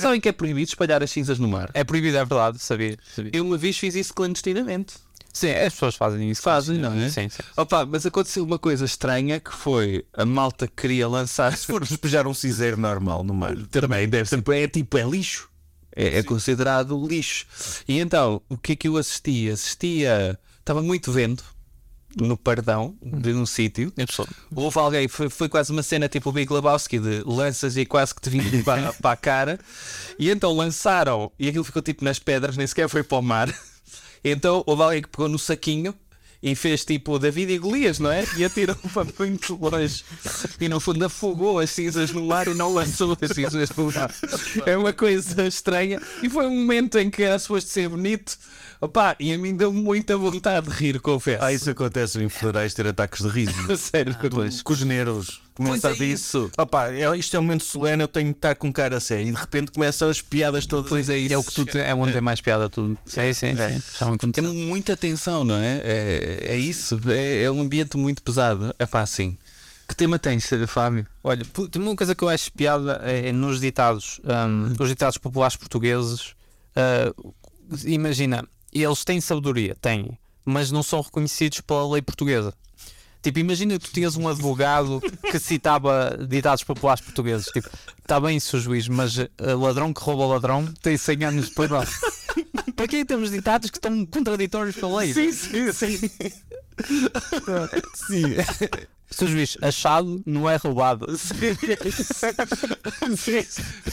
S5: Sabem que é proibido espalhar as cinzas no mar?
S8: É proibido, é verdade, sabia. sabia.
S5: Eu uma vez fiz isso clandestinamente.
S8: Sim, as pessoas fazem isso.
S5: Fazem, não é?
S8: Sim, sim.
S5: Opa, mas aconteceu uma coisa estranha que foi a malta que queria lançar.
S3: Se for despejar um cinzeiro normal no mar.
S5: Também deve ser. É tipo, é lixo. É, é considerado lixo. E então, o que é que eu assisti? Assistia. Estava muito vento no Pardão, de um sítio. Houve alguém, foi, foi quase uma cena tipo o Big Lebowski de lanças e quase que te vinha para, para a cara. E então lançaram, e aquilo ficou tipo nas pedras, nem sequer foi para o mar. Então houve alguém que pegou no saquinho e fez tipo o David e Golias, não é? E atirou para muito longe. E no fundo afogou as cinzas no mar e não lançou as cinzas no mar. É uma coisa estranha. E foi um momento em que era suposto ser bonito. Opa, e a mim deu muita vontade de rir, confesso.
S3: Ah, isso acontece em funerais ter ataques de riso.
S5: A sério,
S3: Pois. Cozinheiros começa
S5: Pois é
S3: a
S5: isso.
S3: Opa, isto é um momento solene, eu tenho que estar com cara séria. E de repente começam as piadas todas.
S5: Pois é isso.
S8: É o que tu te- é onde tem mais piada tudo. Sim, sim, sim. Já me aconteceu.
S5: Temos muita atenção, não é? É, é isso. É, é um ambiente muito pesado. É pá, sim. Que tema tens, Fábio?
S8: Olha, pu- tem uma coisa que eu acho piada é, é nos ditados, hum, nos ditados populares portugueses. ah, imagina, eles têm sabedoria, têm, mas não são reconhecidos pela lei portuguesa. Tipo, imagina que tu tinhas um advogado que citava ditados populares portugueses. Tipo, está bem, seu juiz, mas ah, ladrão que rouba ladrão tem 100 anos de prisão. Para que temos ditados que estão contraditórios pela lei? Sim, sim, sim. Seu juiz, achado não é roubado.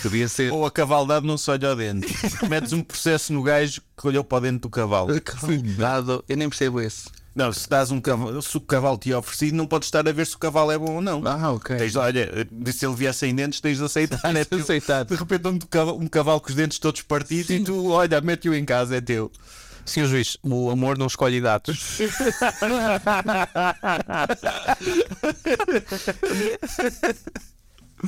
S5: Podia ser.
S3: Ou a cavaldade não se olha ao dente. Metes um processo no gajo que olhou para o dente do cavalo.
S5: Cuidado, eu nem percebo esse.
S3: Não, se dás um cavalo, se o cavalo te é oferecido, não podes estar a ver se o cavalo é bom ou não.
S6: Ah, ok.
S3: Tens, olha, se ele vier sem dentes, tens de aceitar, né?
S6: de aceitar.
S3: De repente, um cavalo, um cavalo com os dentes todos partidos e tu, olha, mete-o em casa, é teu.
S5: Senhor juiz, o amor não escolhe dados.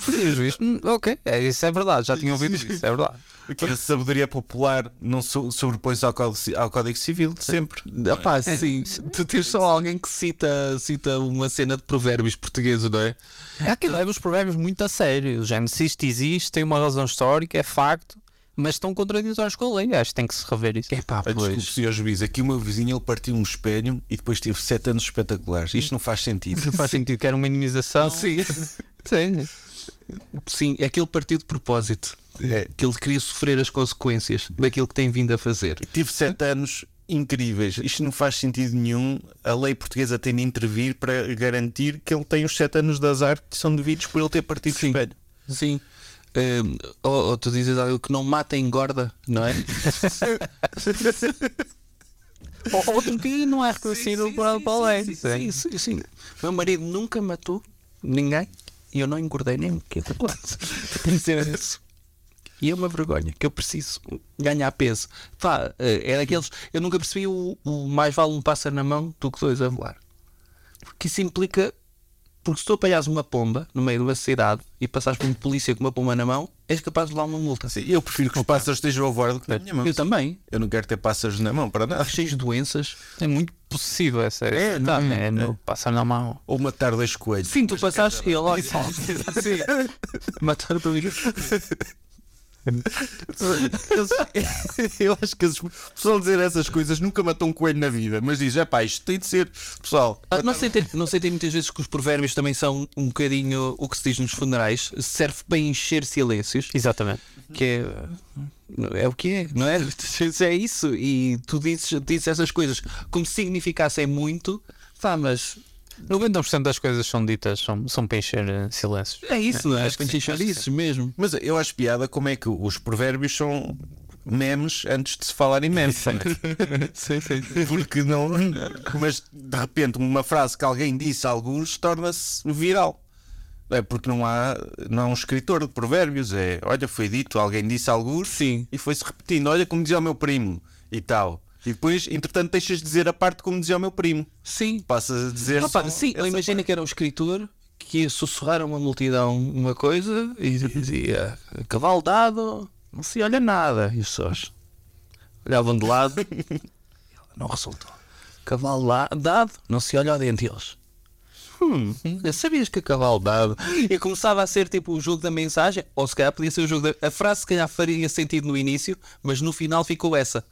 S5: Senhor juiz, hum, ok, é, isso é verdade, já tinha ouvido isso, é verdade.
S3: Aquela sabedoria popular não so- sobrepõe-se ao, Código Ci- ao Código Civil, de sempre.
S6: Ah, pá, sim. Tu tens só alguém que cita, cita uma cena de provérbios portugueses, não é?
S5: Há quem leva os provérbios muito a sério. O género, se isto existe, tem uma razão histórica, é facto, mas estão contraditórios com a lei. Acho que tem que se rever isso.
S6: É pá,
S3: Ah, Desculpe,
S6: pois.
S3: senhor juiz, aqui o meu vizinho ele partiu um espelho e depois teve sete anos espetaculares. Isto não faz sentido.
S5: Faz sentido que era uma minimização.
S6: Sim.
S5: Sim.
S6: Sim, é aquele partido de propósito.
S3: É.
S6: Que ele queria sofrer as consequências daquilo que tem vindo a fazer.
S3: Tive sete anos incríveis. Isto não faz sentido nenhum. A lei portuguesa tem de intervir para garantir que ele tem os sete anos de azar que são devidos por ele ter partido o
S6: Sim.
S3: espelho.
S6: Sim. Hum, ou, ou tu dizes algo que não mata engorda, não é?
S5: Ou- Outro que não é reconhecido por por lei.
S6: Sim, sim, sim, sim. Meu marido nunca matou ninguém e eu não engordei nem um quilo. Tem que ser isso. E é uma vergonha que eu preciso ganhar peso. Pá, eh, é daqueles. Eu nunca percebi o, o mais vale um pássaro na mão do que dois a voar. Porque isso implica. Porque se tu apanhas uma pomba no meio de uma cidade e passares por um polícia com uma pomba na mão, és capaz de levar uma multa.
S3: Sim, Assim, Eu prefiro que os pássaros estejam a bordo
S5: É,
S3: que na minha mão.
S6: Eu também.
S3: Eu não quero ter pássaros na mão para nada.
S6: Cheios de doenças.
S5: É muito possível essa.
S3: É,
S5: tá,
S3: não-
S5: é, no passar na mão.
S3: Ou matar dois coelhos.
S6: Sim, tu passaste
S5: é,
S6: e ele olha. Sim. Matar o teu amigo.
S3: Eles- eu acho que as pessoal dizer essas coisas nunca matou um coelho na vida, mas diz, é pá, isto tem de ser, pessoal.
S6: Ah, não, sei ter, não sei ter muitas vezes que os provérbios também são um bocadinho o que se diz nos funerais, serve para encher silêncios,
S5: Exatamente.
S6: que é, é o que é, não é? É isso, e tu dizes, dizes essas coisas como se significassem muito, pá, mas
S5: 90% das coisas são ditas, são, são para encher eh, silêncios.
S6: é isso, não é?
S5: acho
S6: Para
S5: que sim,
S6: encher
S5: acho que
S6: silêncios mesmo.
S3: Mas eu acho piada como é que os provérbios são memes antes de se falar em memes.
S6: Sim, sim.
S3: Porque não. Mas de repente uma frase que alguém disse a alguns torna-se viral. É porque não há, não há um escritor de provérbios. É olha, foi dito, alguém disse a alguns
S6: Sim.
S3: e foi-se repetindo. Olha como dizia o meu primo e tal. E depois, entretanto, deixas de dizer a parte como dizia o meu primo.
S6: Sim.
S3: Passas a dizer.
S6: Ah, pá,
S3: só
S6: sim, eu
S3: essa
S6: imagino que era um escritor que ia sussurrar a uma multidão uma coisa e dizia cavalo dado, não se olha nada. E as pessoas olhavam de lado e ela não resultou. Cavalo la- dado, não se olha ao dente. E eles, hum, sabias que cavalo dado? E começava a ser tipo o jogo da mensagem, ou se calhar podia ser o jogo da. A frase se calhar faria sentido no início, mas no final ficou essa.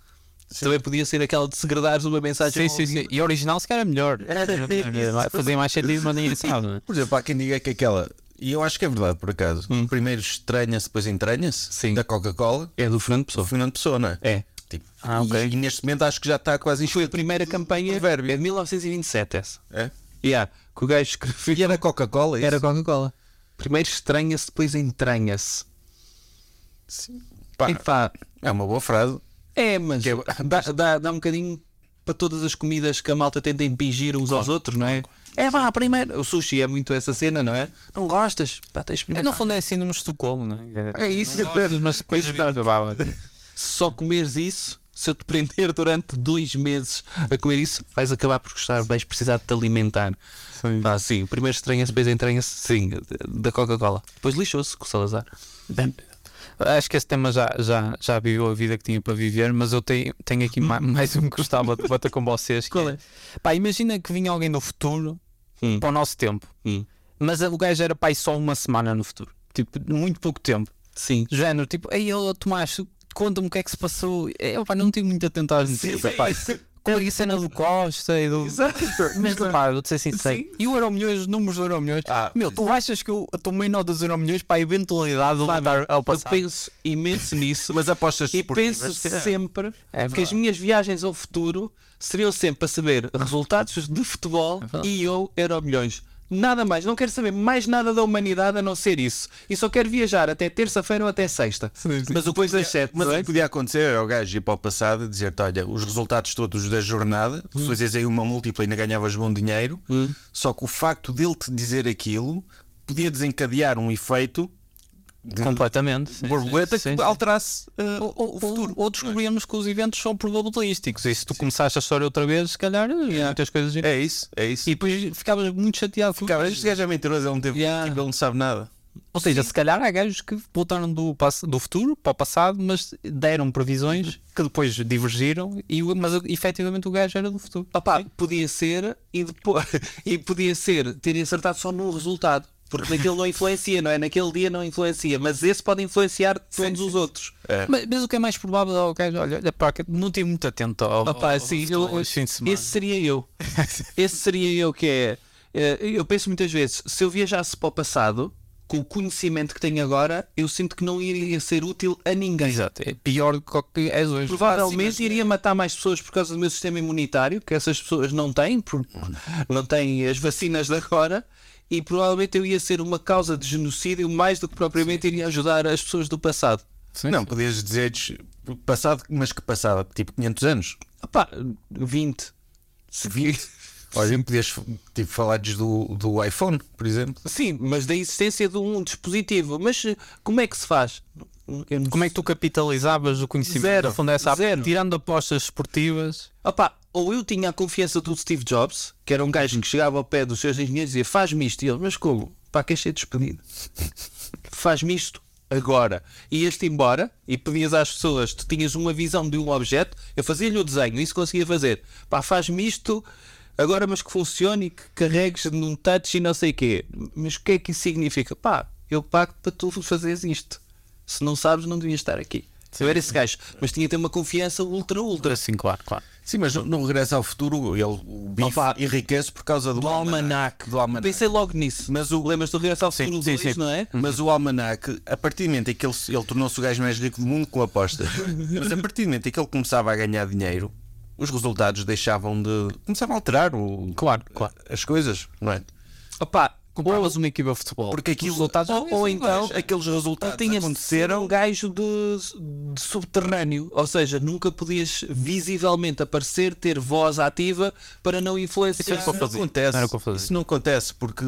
S6: Também podia ser aquela de segredares uma mensagem.
S5: Sim, sim, sim. E original se calhar é melhor. Fazia mais sentido, mas nem sabe.
S6: é?
S3: Por exemplo, há quem diga que aquela. E eu acho que é verdade, por acaso. Primeiro estranha-se, depois entranha-se.
S6: Sim.
S3: Da Coca-Cola.
S6: É do Fernando Pessoa.
S3: Do Fernando Pessoa, não é?
S6: É.
S3: Tipo,
S5: Ah, ok.
S3: e, e neste momento acho que já está quase
S6: Foi a
S3: enxuto.
S6: primeira campanha
S3: Provérbio.
S6: é de 1927 essa.
S3: É?
S6: Yeah, que o gajo escreveu.
S3: E era Coca-Cola? isso?
S6: Era Coca-Cola. é Primeiro estranha-se, depois entranha-se.
S3: Pá,
S6: E pá,
S3: é uma boa frase.
S6: É, mas
S3: Que é-
S6: dá, dá, dá um bocadinho para todas as comidas que a malta tenta impingir uns aos outros, não é? É vá, primeiro. O sushi é muito essa cena, não é? Não gostas? Pá, tens
S5: É,
S6: primeiro.
S5: no fundo é síndrome de Estocolmo, não é?
S6: É isso.
S5: Mas depois
S6: Se só comeres isso, se eu te prender durante dois meses a comer isso, vais acabar por gostar, vais precisar de te alimentar.
S5: Sim.
S6: Ah, sim. Primeiro estranha-se, depois entranha-se, sim, da Coca-Cola. Depois lixou-se com o Salazar.
S5: Acho que esse tema já, já, já viveu a vida que tinha para viver, mas eu tenho, tenho aqui ma- mais um que gostava de bater com vocês. que
S6: Qual é?
S5: Pá, imagina que vinha alguém do futuro
S6: Hum.
S5: para o nosso tempo,
S6: Hum.
S5: mas o gajo era pai só uma semana no futuro, tipo, muito pouco tempo.
S6: Sim.
S5: Género, tipo, ei, ô, Tomás, conta-me o que é que se passou. Eu, pá, não tive muito atento às notícias, pá. Com a cena do Costa e do. Mas pá, vou-te ser sincero. E o Euromilhões, os números do Euromilhões.
S3: Ah,
S5: Meu, tu achas que eu tomei nota dos Euromilhões para a eventualidade de voltar ao
S6: Eu
S5: passado?
S6: penso imenso nisso.
S3: Mas apostas
S6: E
S3: desportivas,
S6: penso
S3: é.
S6: sempre que as
S5: verdade.
S6: minhas viagens
S5: É
S6: ao futuro seriam sempre para saber resultados de futebol e eu era milhões. Nada mais, não quero saber mais nada da humanidade a não ser isso. E só quero viajar até terça-feira ou até sexta. Mas depois das sete,
S3: Mas
S6: não
S3: o
S6: é?
S3: que podia acontecer era o gajo ir para o passado e dizer-te: olha, os resultados todos da jornada, se fazias aí uma múltipla ainda ganhavas bom dinheiro, só que o facto dele te dizer aquilo podia desencadear um efeito de
S5: Completamente. sim,
S3: borboleta
S5: sim,
S3: que
S5: sim.
S3: alterasse eh,
S5: Ou,
S3: o
S5: ou-
S3: futuro.
S5: ou descobrimos que os eventos são probabilísticos. E se tu começaste a história outra vez, se calhar, yeah. muitas coisas.
S3: É isso, é isso.
S5: E depois ficavas muito chateado. com-
S3: Cara, este gajo é mentiroso, ele não teve.
S5: Yeah.
S3: Tipo, ele não sabe nada.
S5: Ou seja, se calhar há gajos que voltaram do, pass- do futuro para o passado, mas deram
S6: Uhum.
S5: previsões que depois divergiram, e, o- mas efetivamente o gajo era do futuro.
S6: Opá, podia ser e depois e podia ser terem acertado só no resultado. Porque naquele não influencia, não é? Naquele dia não influencia, mas esse pode influenciar todos os outros.
S5: Mas, mas o que é mais provável é o gajo, olha, olha pá, que não estive muito atento ao,
S6: Opá,
S5: ao-
S6: sim,
S5: ao-
S6: eu-
S5: ao fim de semana.
S6: esse seria eu. Esse seria eu que é. eh, Eu penso muitas vezes, se eu viajasse para o passado, com o conhecimento que tenho agora, eu sinto que não iria ser útil a ninguém.
S5: Exato, é pior do que o que és hoje.
S6: Provavelmente iria matar mais pessoas por causa do meu sistema imunitário, que essas pessoas não têm, por- não têm as vacinas de agora, e provavelmente eu ia ser uma causa de genocídio mais do que propriamente iria ajudar as pessoas do passado.
S3: não, podias dizer-lhes passado, mas que passado, tipo 500 anos.
S6: Opá, 20. 20.
S3: Olha, podias tipo, falar-lhes do, do iPhone, por exemplo.
S6: Sim, mas da existência de um dispositivo. Mas eh, como é que se faz? Eu não
S5: Como é que tu capitalizavas o conhecimento?
S6: Zero,
S5: No fundo, é essa-
S6: zero.
S5: Tirando apostas esportivas.
S6: Opa, ou eu tinha a confiança do Steve Jobs, que era um gajo que chegava ao pé dos seus engenheiros e dizia: Faz-me isto. E ele, mas como? Pá, queres ser despedido? Faz-me isto agora. Ias-te embora e pedias às pessoas, tu tinhas uma visão de um objeto, eu fazia-lhe o desenho, isso conseguia fazer. Pá, faz-me isto agora, mas que funcione e que carregues num touch e não sei o quê. Mas o que é que isso significa? Pá, eu pago para tu fazeres isto. Se não sabes, não devias estar aqui. Eu era esse gajo, mas tinha de ter uma confiança ultra, ultra.
S5: Sim, claro, claro.
S3: Sim, mas não, não regressa ao futuro, ele, o bife
S6: Opa.
S3: enriquece por causa do,
S6: do almanac.
S3: Do almanac.
S6: Pensei logo nisso. Mas o Lemas do Regresso ao Futuro
S3: sim,
S6: 2, não é?
S3: Mas o almanac, a partir do momento em que ele, se- ele tornou-se o gajo mais rico do mundo com apostas, mas a partir do momento em que ele começava a ganhar dinheiro, os resultados deixavam de. começavam a alterar o,
S5: Claro, claro.
S3: as coisas, não é?
S6: Opa,
S5: Compravas uma equipa de futebol.
S3: Porque aquilo.
S5: Os resultados
S6: ou, ou então
S3: aqueles resultados
S6: tinha de ser
S3: aconteceram.
S6: um gajo de, de subterrâneo, ou seja, nunca podias visivelmente aparecer, ter voz ativa para não
S5: é
S6: influenciar.
S3: Isso não acontece.
S5: Não era o que eu fazia.
S3: Isso não acontece porque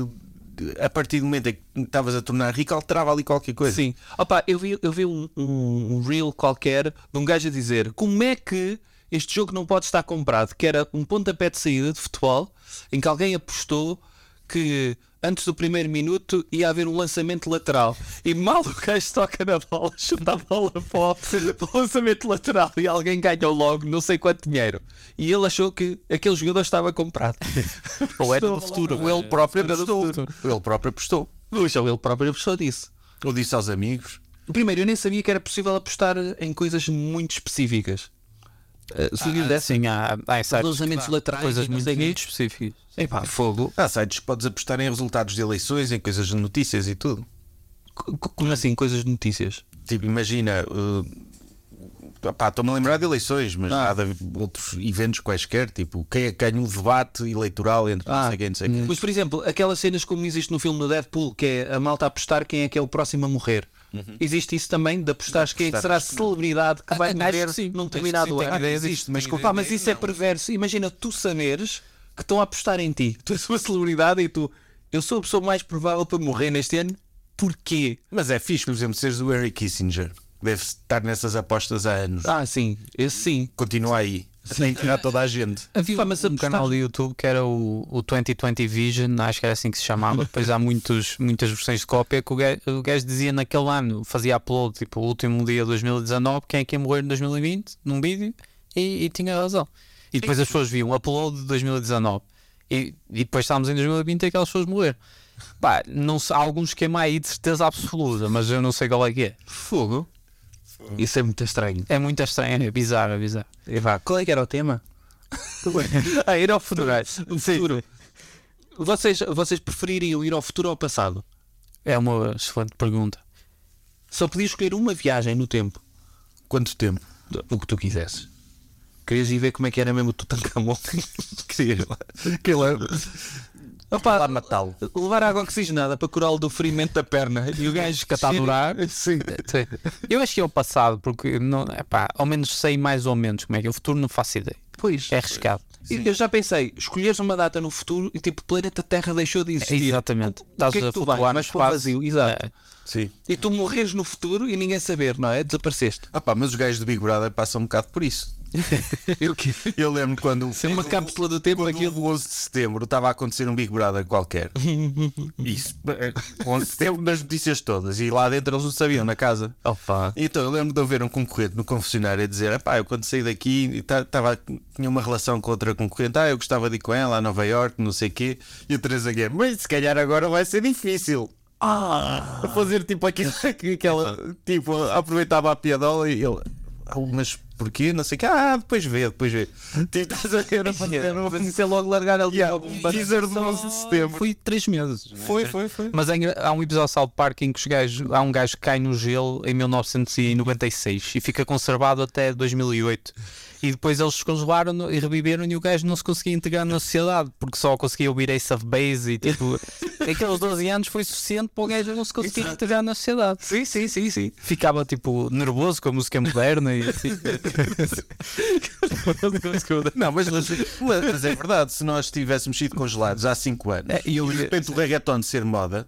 S3: a partir do momento em que estavas a tornar rico, alterava ali qualquer coisa.
S6: Sim. Opa, eu vi, eu vi um, um, um reel qualquer de um gajo a dizer como é que este jogo não pode estar comprado, que era um pontapé de saída de futebol em que alguém apostou que antes do primeiro minuto ia haver um lançamento lateral e mal o gajo toca na bola, chuta a bola para o, para o lançamento lateral e alguém ganhou logo não sei quanto dinheiro e ele achou que aquele jogador estava comprado
S5: Ou era do
S3: Ou
S5: futuro.
S3: Ele próprio apostou. Ele próprio apostou.
S6: Puxa, ele próprio apostou disso
S3: Ou disse aos amigos.
S6: Primeiro, eu nem sabia que era possível apostar em coisas muito específicas. Uh, se ah, desse
S5: Sim, há, há insights.
S6: lançamentos laterais,
S5: Coisas muito, muito
S6: muito
S5: específicas.
S6: Epá, fogo.
S3: Há sites "Ah, que podes apostar em resultados de eleições, em coisas de notícias e tudo.
S6: Co- co- Como assim, coisas de notícias?
S3: Tipo, imagina. eh, pá, Estou-me a lembrar de eleições, mas há de- outros eventos quaisquer, tipo quem é que ganha o debate eleitoral entre não sei quem, não sei quem.
S6: Mas, por exemplo, aquelas cenas como existe no filme do Deadpool, que é a malta a apostar quem é que é o próximo a morrer. Existe isso também Uhum. de apostares quem é que será a celebridade Ah, que vai
S5: acho
S6: morrer
S5: que sim.
S6: num
S5: Acho que
S6: determinado
S5: sim, tenho
S6: ano.
S5: ideia disso,
S6: existe, mas,
S5: tenho
S6: pá, mas isso é perverso. Imagina tu saberes que estão a apostar em ti. Tu és uma celebridade e tu. Eu sou a pessoa mais provável para morrer neste ano. Porquê?
S3: Mas é fixe, por exemplo, seres o Harry Kissinger. Deve estar nessas apostas há anos.
S5: Tá,
S6: Ah, sim, esse sim.
S3: Continua aí. Sem tirar toda a gente.
S5: Havia
S6: Pá, mas
S5: um
S6: apostar-
S5: canal do YouTube que era o, o 2020 Vision, acho que era assim que se chamava. Depois há muitos, muitas versões de cópia que o gajo, o gajo dizia naquele ano, fazia upload, tipo, o último dia de 2019, quem é que ia morrer em 2020, num vídeo, e, e tinha razão. E depois as pessoas viam upload de 2019, e, e depois estávamos em 2020 e aquelas pessoas morreram. Pá, não sei, há algum esquema aí de certeza absoluta, mas eu não sei qual é que é.
S6: Fogo. Isso é muito estranho.
S5: É muito estranho, é bizarro, é bizarro.
S6: E vá, qual é que era o tema? ah, ir ao futuro. O futuro. Vocês, vocês prefeririam ir ao futuro ou ao passado?
S5: É uma excelente pergunta.
S6: Só podias escolher uma viagem no tempo,
S3: Quanto tempo?
S6: o que tu quisesses. Querias ir ver como é que era mesmo o Tutankhamon?
S3: Queria. Aquilo é-
S6: Opa,
S3: Lá matá-lo.
S6: levar água oxigenada para curá-lo do ferimento da perna e o gajo catadurar.
S3: Sim.
S5: Sim. Eu acho que é o passado, porque não, epá, ao menos sei mais ou menos como é que é. O futuro não faço ideia.
S6: Pois.
S5: É arriscado.
S6: Eu já pensei, escolheres uma data no futuro e tipo, o planeta Terra deixou de
S5: É,
S6: existir.
S5: Exatamente.
S6: O
S5: Estás
S6: que é que
S5: a
S6: tu
S5: flutuar
S6: vais?
S5: no
S6: Mas para o
S5: espaço.
S6: vazio,
S5: É.
S6: exato.
S3: Sim.
S6: E tu morreres no futuro e ninguém saber, não é? Desapareceste.
S3: Ah pá, mas os gajos do Big Brother passam um bocado por isso.
S6: Eu que
S3: Eu lembro quando.
S6: Ser uma cápsula do tempo,
S3: quando
S6: aquilo.
S3: o 11 de setembro estava a acontecer um Big Brother qualquer. Isso. eh, 11 de setembro nas notícias todas. E lá dentro eles não sabiam, na casa.
S6: Opa.
S3: Então eu lembro de haver um concorrente no confessionário a dizer: pá, eu quando saí daqui ta- tava, tinha uma relação com outra concorrente, ah, eu gostava de ir com ela a Nova York, não sei o quê. E o Teresa Guerra, mas se calhar agora vai ser difícil. A fazer tipo aquela, aquela tipo, aproveitava a piadola e ele, "Ah, mas porquê? Não sei o quê, ah, depois vê, depois vê. Tipo, estás a ver, a fazer uma-
S6: Mas é logo largar ali
S3: Yeah,
S6: algum
S3: um teaser do 11 de setembro.
S5: Fui três meses. é?
S3: Foi, foi, foi.
S5: Mas há engra- há um episódio de South Park em que os gajos, há um gajo que cai no gelo em 1996 e fica conservado até 2008. E depois eles conservaram e reviveram e o gajo não se conseguia integrar na sociedade porque só conseguia ouvir Ace of Base e tipo, aqueles 12 anos foi suficiente para o gajo não se conseguir integrar na sociedade.
S6: Sim, sim, sim, sim.
S5: Ficava tipo nervoso com a música moderna e assim.
S3: Não, mas, mas- mas é verdade, se nós tivéssemos sido congelados há 5 anos
S5: É, e eu-
S3: e de repente o reggaeton ser moda,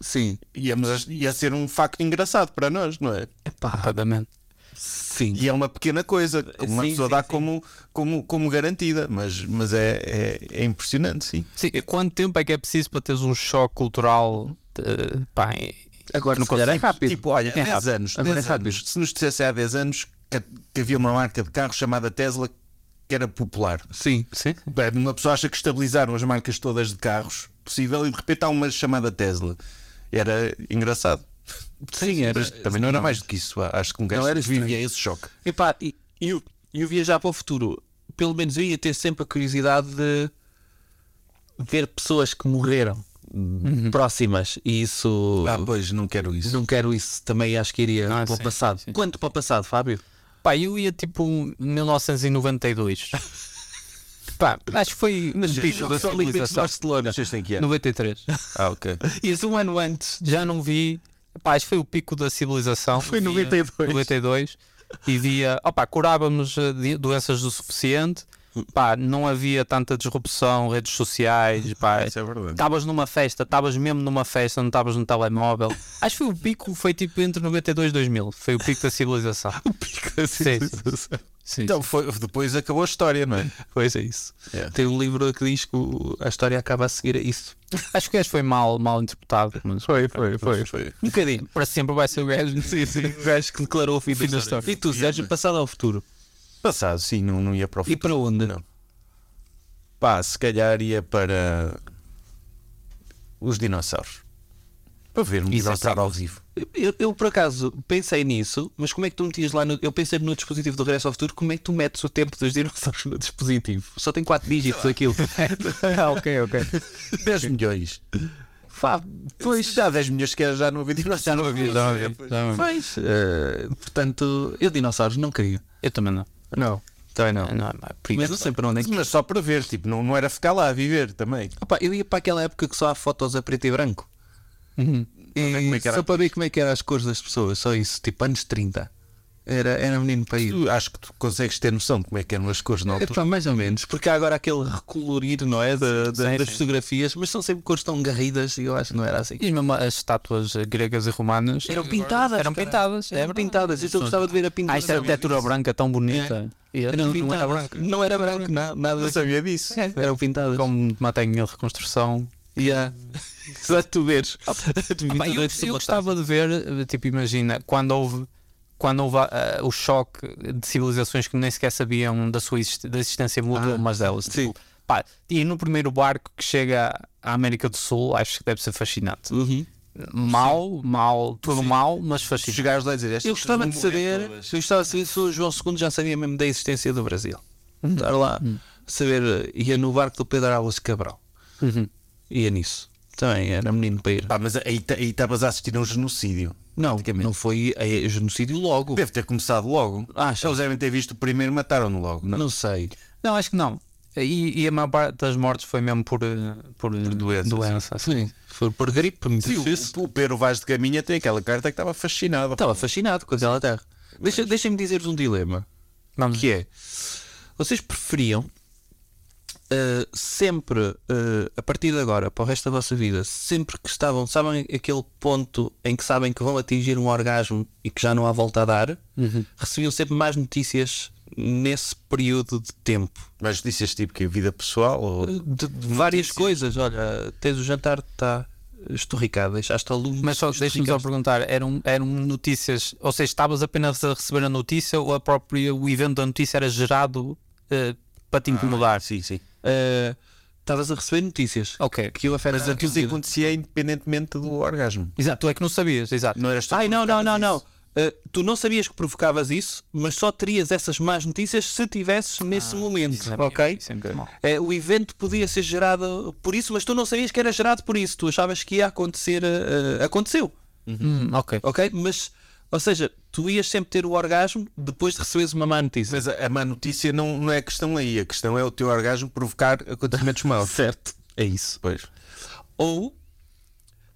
S6: Sim.
S3: íamos a- ia ser um facto engraçado para nós, não é?
S5: Completamente.
S6: Sim.
S3: E é uma pequena coisa, que uma
S6: Sim,
S3: pessoa
S6: sim,
S3: dá
S6: sim.
S3: Como, como, como garantida, mas, mas é, é, é impressionante, sim.
S5: Sim, quanto tempo é que é preciso para teres um choque cultural? eh, pá, em-
S6: Agora
S5: não
S6: se calhar é
S5: consegues.
S6: rápido.
S3: Tipo, olha,
S5: É
S3: 10
S5: rápido.
S3: anos,
S6: Agora
S3: 10
S6: é rápido.
S3: anos, se nos dissesse há 10 anos que, que havia uma marca de carro chamada Tesla que era popular.
S6: Sim.
S5: sim.
S3: Bem, uma pessoa acha que estabilizaram as marcas todas de carros possível e de repente há uma chamada Tesla. Era engraçado.
S6: Sim, era.
S3: Mas também não era mais do que isso. Acho que um gajo
S6: Não era estranho.
S3: vivia esse choque.
S6: E pá, e e o e o viajar para o futuro, pelo menos eu ia ter sempre a curiosidade de ver pessoas que morreram Uhum. próximas. E isso.
S3: Ah, pois, não quero isso.
S6: Não quero isso. Também acho que iria
S5: Ah, sim,
S6: para o passado.
S5: sim.
S6: Quanto para o passado, Fábio?
S5: Pá, eu ia tipo 1992. Ppá, acho que foi no pico da civilização.
S6: Barcelona.
S3: Vocês têm que ir.
S5: 93.
S3: Ah, ok.
S6: Isso um ano antes.
S5: Já não vi. Pá, acho que foi o pico da civilização. Foi
S6: 92.
S5: 92. E via. Opá, curávamos eh, di- doenças o suficiente.
S3: Hum.
S5: Pá, não havia tanta disrupção, redes sociais. Pá,
S3: Isso é verdade.
S5: Estavas numa festa, estavas mesmo numa festa, não estavas no telemóvel. Acho que foi o pico, foi tipo entre 92 e 2000. Foi o pico da civilização. o pico da civilização. Sim,
S3: Então, foi, depois acabou a história, não é?
S6: Pois é isso.
S3: É.
S6: Tem um livro que diz que o- a história acaba a seguir a isso.
S5: Acho que o gajo foi mal, mal interpretado. Mas
S6: Foi, foi, foi.
S3: Foi.
S5: um bocadinho. Para sempre vai ser o gajo.
S6: Sim, sim. O gajo que declarou o fim da história. E tu, Sérgio, passado ao futuro.
S3: Passado, sim, não, não ia para o
S6: E
S3: futuro.
S6: para onde?
S3: Não. Pá, se calhar ia para os dinossauros. Para ver um dinossauro ao vivo.
S6: Eu, eu, por acaso pensei nisso, mas como é que tu metias lá no. Eu pensei no dispositivo do Regresso ao Futuro, como é que tu metes o tempo dos dinossauros no dispositivo? Só tem 4 dígitos aquilo.
S5: ah, ok, ok.
S3: 10 milhões.
S6: Fá,
S3: Pois. Já 10 milhões que era já não havia dinossauro. Já não havia,
S6: pois. eh, portanto, eu dinossauros não queria.
S5: Eu também não.
S6: Não. Também não.
S5: Não é mais perigo.
S6: Mas não sei para onde é que.
S3: Mas só para ver, tipo, não, não era ficar lá a viver também.
S6: Opa, eu ia para aquela época que só há fotos a preto e branco.
S5: Uhum.
S6: E
S3: é que era?
S6: só para ver como é que eram as cores das pessoas, só isso, tipo anos 30. Era, era um menino para ir.
S3: Tu, acho que tu consegues ter noção de como é que eram as cores na altura.
S6: Epá, mais ou menos, porque há agora aquele recolorir, não é? da- da-
S5: Sim,
S6: das
S5: sim.
S6: fotografias, mas são sempre cores tão garridas e eu acho que não era assim.
S5: E mesmo as estátuas eh, gregas e romanas
S6: Eram pintadas.
S5: Eram
S6: cara.
S5: pintadas.
S6: Eram pintadas. Isso eu gostava de ver a pintura.
S5: Ah, esta arquitetura branca tão bonita. E
S6: Eram
S5: Não, não
S6: pintadas.
S5: era branca.
S6: Não era branco, na- nada.
S3: Não sabia disso.
S6: É, Eram pintadas.
S5: Como matem a reconstrução.
S6: Yeah. Só tu veres.
S5: Pá, eu, eu gostava de ver, eh, tipo, imagina, quando houve, quando houve ah, o choque de civilizações que nem sequer sabiam da sua exist- da existência mútua umas delas.
S6: Ah, sim.
S5: Tipo, pá, e no primeiro barco que chega à América do Sul, acho que deve ser fascinante.
S6: Uhum.
S5: Mal, mal, tudo mal, mas
S3: Tu
S5: fascinante.
S3: chegares lá e dizer esta
S6: Eu gostava de saber, eu gostava de saber se o João II já sabia mesmo da existência do Brasil. Estar lá, saber, eh, ia no barco do Pedro Álvares Cabral. Ia nisso. Também era menino para ir.
S3: Pá, mas aí ta- aí estavas a assistir a um genocídio.
S6: Não, não foi é, genocídio logo.
S3: Deve ter começado logo.
S6: Achas?
S3: Eles devem ter visto o primeiro, mataram-no logo.
S6: Ah, Não sei.
S5: Não, acho que não. E, e a maior parte das mortes foi mesmo por, eh, por, eh,
S3: doenças.
S5: doença. assim.
S6: Sim, foi por gripe, muito
S3: Sim,
S6: difícil. Tá.
S3: o, o Pedro Vaz de Caminha tem aquela carta que estava fascinado.
S6: Estava fascinado com aquela terra. Deixa- Deixem-me dizer-vos um dilema.
S5: Vamos.
S6: Que é, vocês preferiam eh, sempre, eh, a partir de agora, para o resto da vossa vida, sempre que estavam, sabem aquele ponto em que sabem que vão atingir um orgasmo e que já não há volta a dar, recebiam sempre mais notícias nesse período de tempo.
S3: Mas disseste tipo que vida pessoal ou
S6: De, de várias coisas, olha, tens o jantar, está estorricado, deixaste a luz.
S5: Mas só deixa-me só perguntar, eram, eram notícias, ou seja, estavas apenas a receber a notícia ou a própria, o evento da notícia era gerado eh, para te incomodar?
S3: sim, sim.
S6: Eh, Ah, Estavas a receber notícias.
S5: Ok.
S6: Aquilo é afeta a tua
S3: Aquilo
S6: vida.
S3: acontecia independentemente do orgasmo.
S5: Exato, tu é que não sabias, exato.
S3: Não eras tu
S6: Ai,
S3: que
S6: não, não, não,
S3: provocavas
S6: não.
S3: isso.
S6: Uh, tu não sabias que provocavas isso, mas só terias essas más notícias se tivesses nesse momento,
S5: isso é
S6: ok?
S5: isso é muito mau.
S6: É, o evento podia ser gerado por isso, mas tu não sabias que era gerado por isso. Tu achavas que ia acontecer, uh, uh, aconteceu,
S5: Hum, ok.
S6: ok? Mas, ou seja, tu ias sempre ter o orgasmo depois de receberes uma má notícia.
S3: Mas a, a má notícia não, não é a questão aí, a questão é o teu orgasmo provocar acontecimentos maus.
S6: Certo.
S3: É isso. Pois.
S6: Ou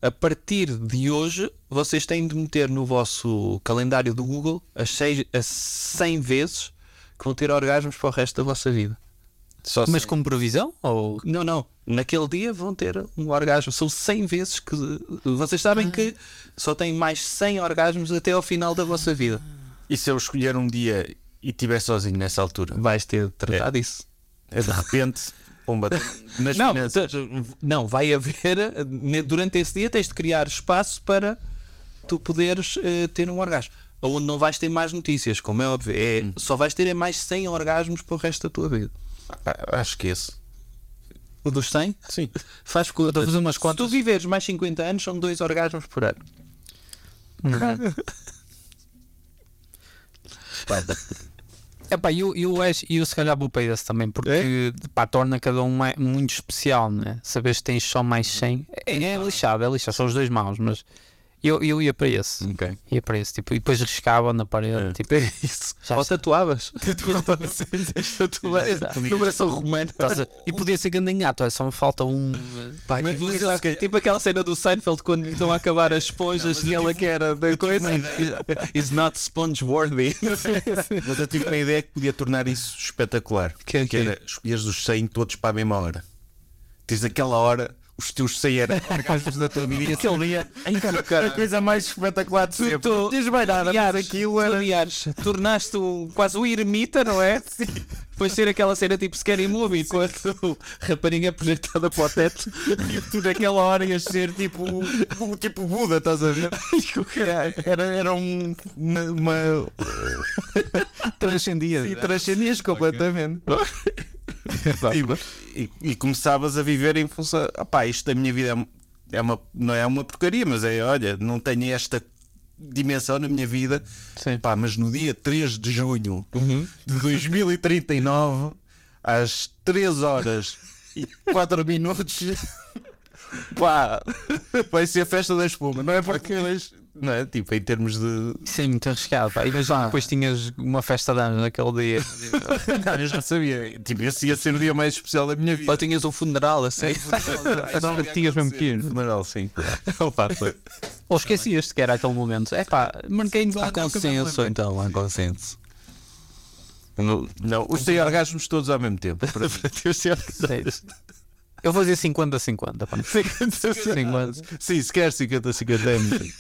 S6: a partir de hoje vocês têm de meter no vosso calendário do Google as, seis, as 100 vezes que vão ter orgasmos para o resto da vossa vida.
S3: Só
S5: Mas como previsão? Ou...
S6: Não, não. Naquele dia vão ter um orgasmo. São 100 vezes que. Vocês
S5: Ah.
S6: sabem que só têm mais 100 orgasmos até ao final da vossa vida.
S3: E se eu escolher um dia e estiver sozinho nessa altura?
S6: Vais ter de tratar disso.
S3: É de repente, pomba, nas
S6: Não,
S3: finanças.
S6: tu- não, vai haver. eh, ne- Durante esse dia tens de criar espaço para tu poderes eh, ter um orgasmo. Onde não vais ter mais notícias, como é óbvio. É,
S5: Hum.
S6: Só vais ter é mais 100 orgasmos para o resto da tua vida.
S3: Ah, Acho que esse.
S6: O dos 100?
S3: Sim.
S6: Faz conta.
S5: Estou a fazer umas
S6: Se tu
S5: contas.
S6: viveres mais 50 anos, são dois orgasmos por ano.
S5: Epá, eu, eu, acho- eu se calhar vou para esse também, porque
S6: É?
S5: pá, torna cada um mais- muito especial, né? Saberes que tens só mais 100 é, é lixado, é lixado, são os dois maus, mas eu, eu ia para esse.
S3: Ok.
S5: Ia para esse, tipo, e depois riscava na parede, tipo,
S6: É. Isso.
S5: Já
S6: Ou
S5: está.
S6: tatuavas. Tatuavas. Numeração romana.
S5: estás a- e podia ser grande gato, só me falta um.
S6: Pá, tipo, sei lá, tipo aquela cena do Seinfeld quando lhe estão a acabar as esponjas e ela quer da coisa.
S5: é.
S6: é? Is not sponge worthy.
S3: Mas eu tive uma ideia que podia tornar isso espetacular.
S6: Que- que-
S3: era escolheres os 100 todos para a mesma hora. Tens aquela hora, os teus 100 eram orgasmos da tua vida. Aquele dia, a coisa mais espetacular de sempre.
S6: tu
S3: Tens mais nada, mas
S6: aliás,
S3: aquilo
S6: tu,
S3: era.
S6: aliás, tornaste um, quase um ermita, não é? Sim. Depois ser aquela cena tipo Scary Movie, com a tu- rapariga é projetada para o teto.
S3: Tu naquela hora ias ser tipo, um- tipo Buda, estás a ver? Tipo, Era, era, era um, uma. uma...
S5: Transcendia.
S3: E transcendias completamente. E, e- e começavas a viver em função. Ah, pá, isto da minha vida é um- é uma, não é uma porcaria, mas é olha, não tenho esta dimensão na minha vida.
S5: Sim. Uhum.
S3: Pá, mas no dia 3 de junho de 2039, às 3 horas e 4 minutos, pá, vai ser a festa da espuma, não é? Porque eles- não é? Tipo, em termos de.
S5: Isso é muito arriscado, pá. E mas lá, depois tinhas uma festa de anos naquele dia. é um
S3: Não, eu já sabia. Tipo, esse ia ser o dia mais especial da minha vida.
S6: Ou tinhas um funeral assim.
S5: Não, tinhas mesmo que ir.
S3: Funeral, sim.
S5: Ou esquecias-te que era aquele momento. É pá, marquei-me lá.
S6: Há consenso, então, há consenso.
S3: Não, os 100 orgasmos todos ao mesmo tempo.
S5: é Eu fazia 50 a 50, pá. 50
S3: Sim, se quer 50, 50 é muito.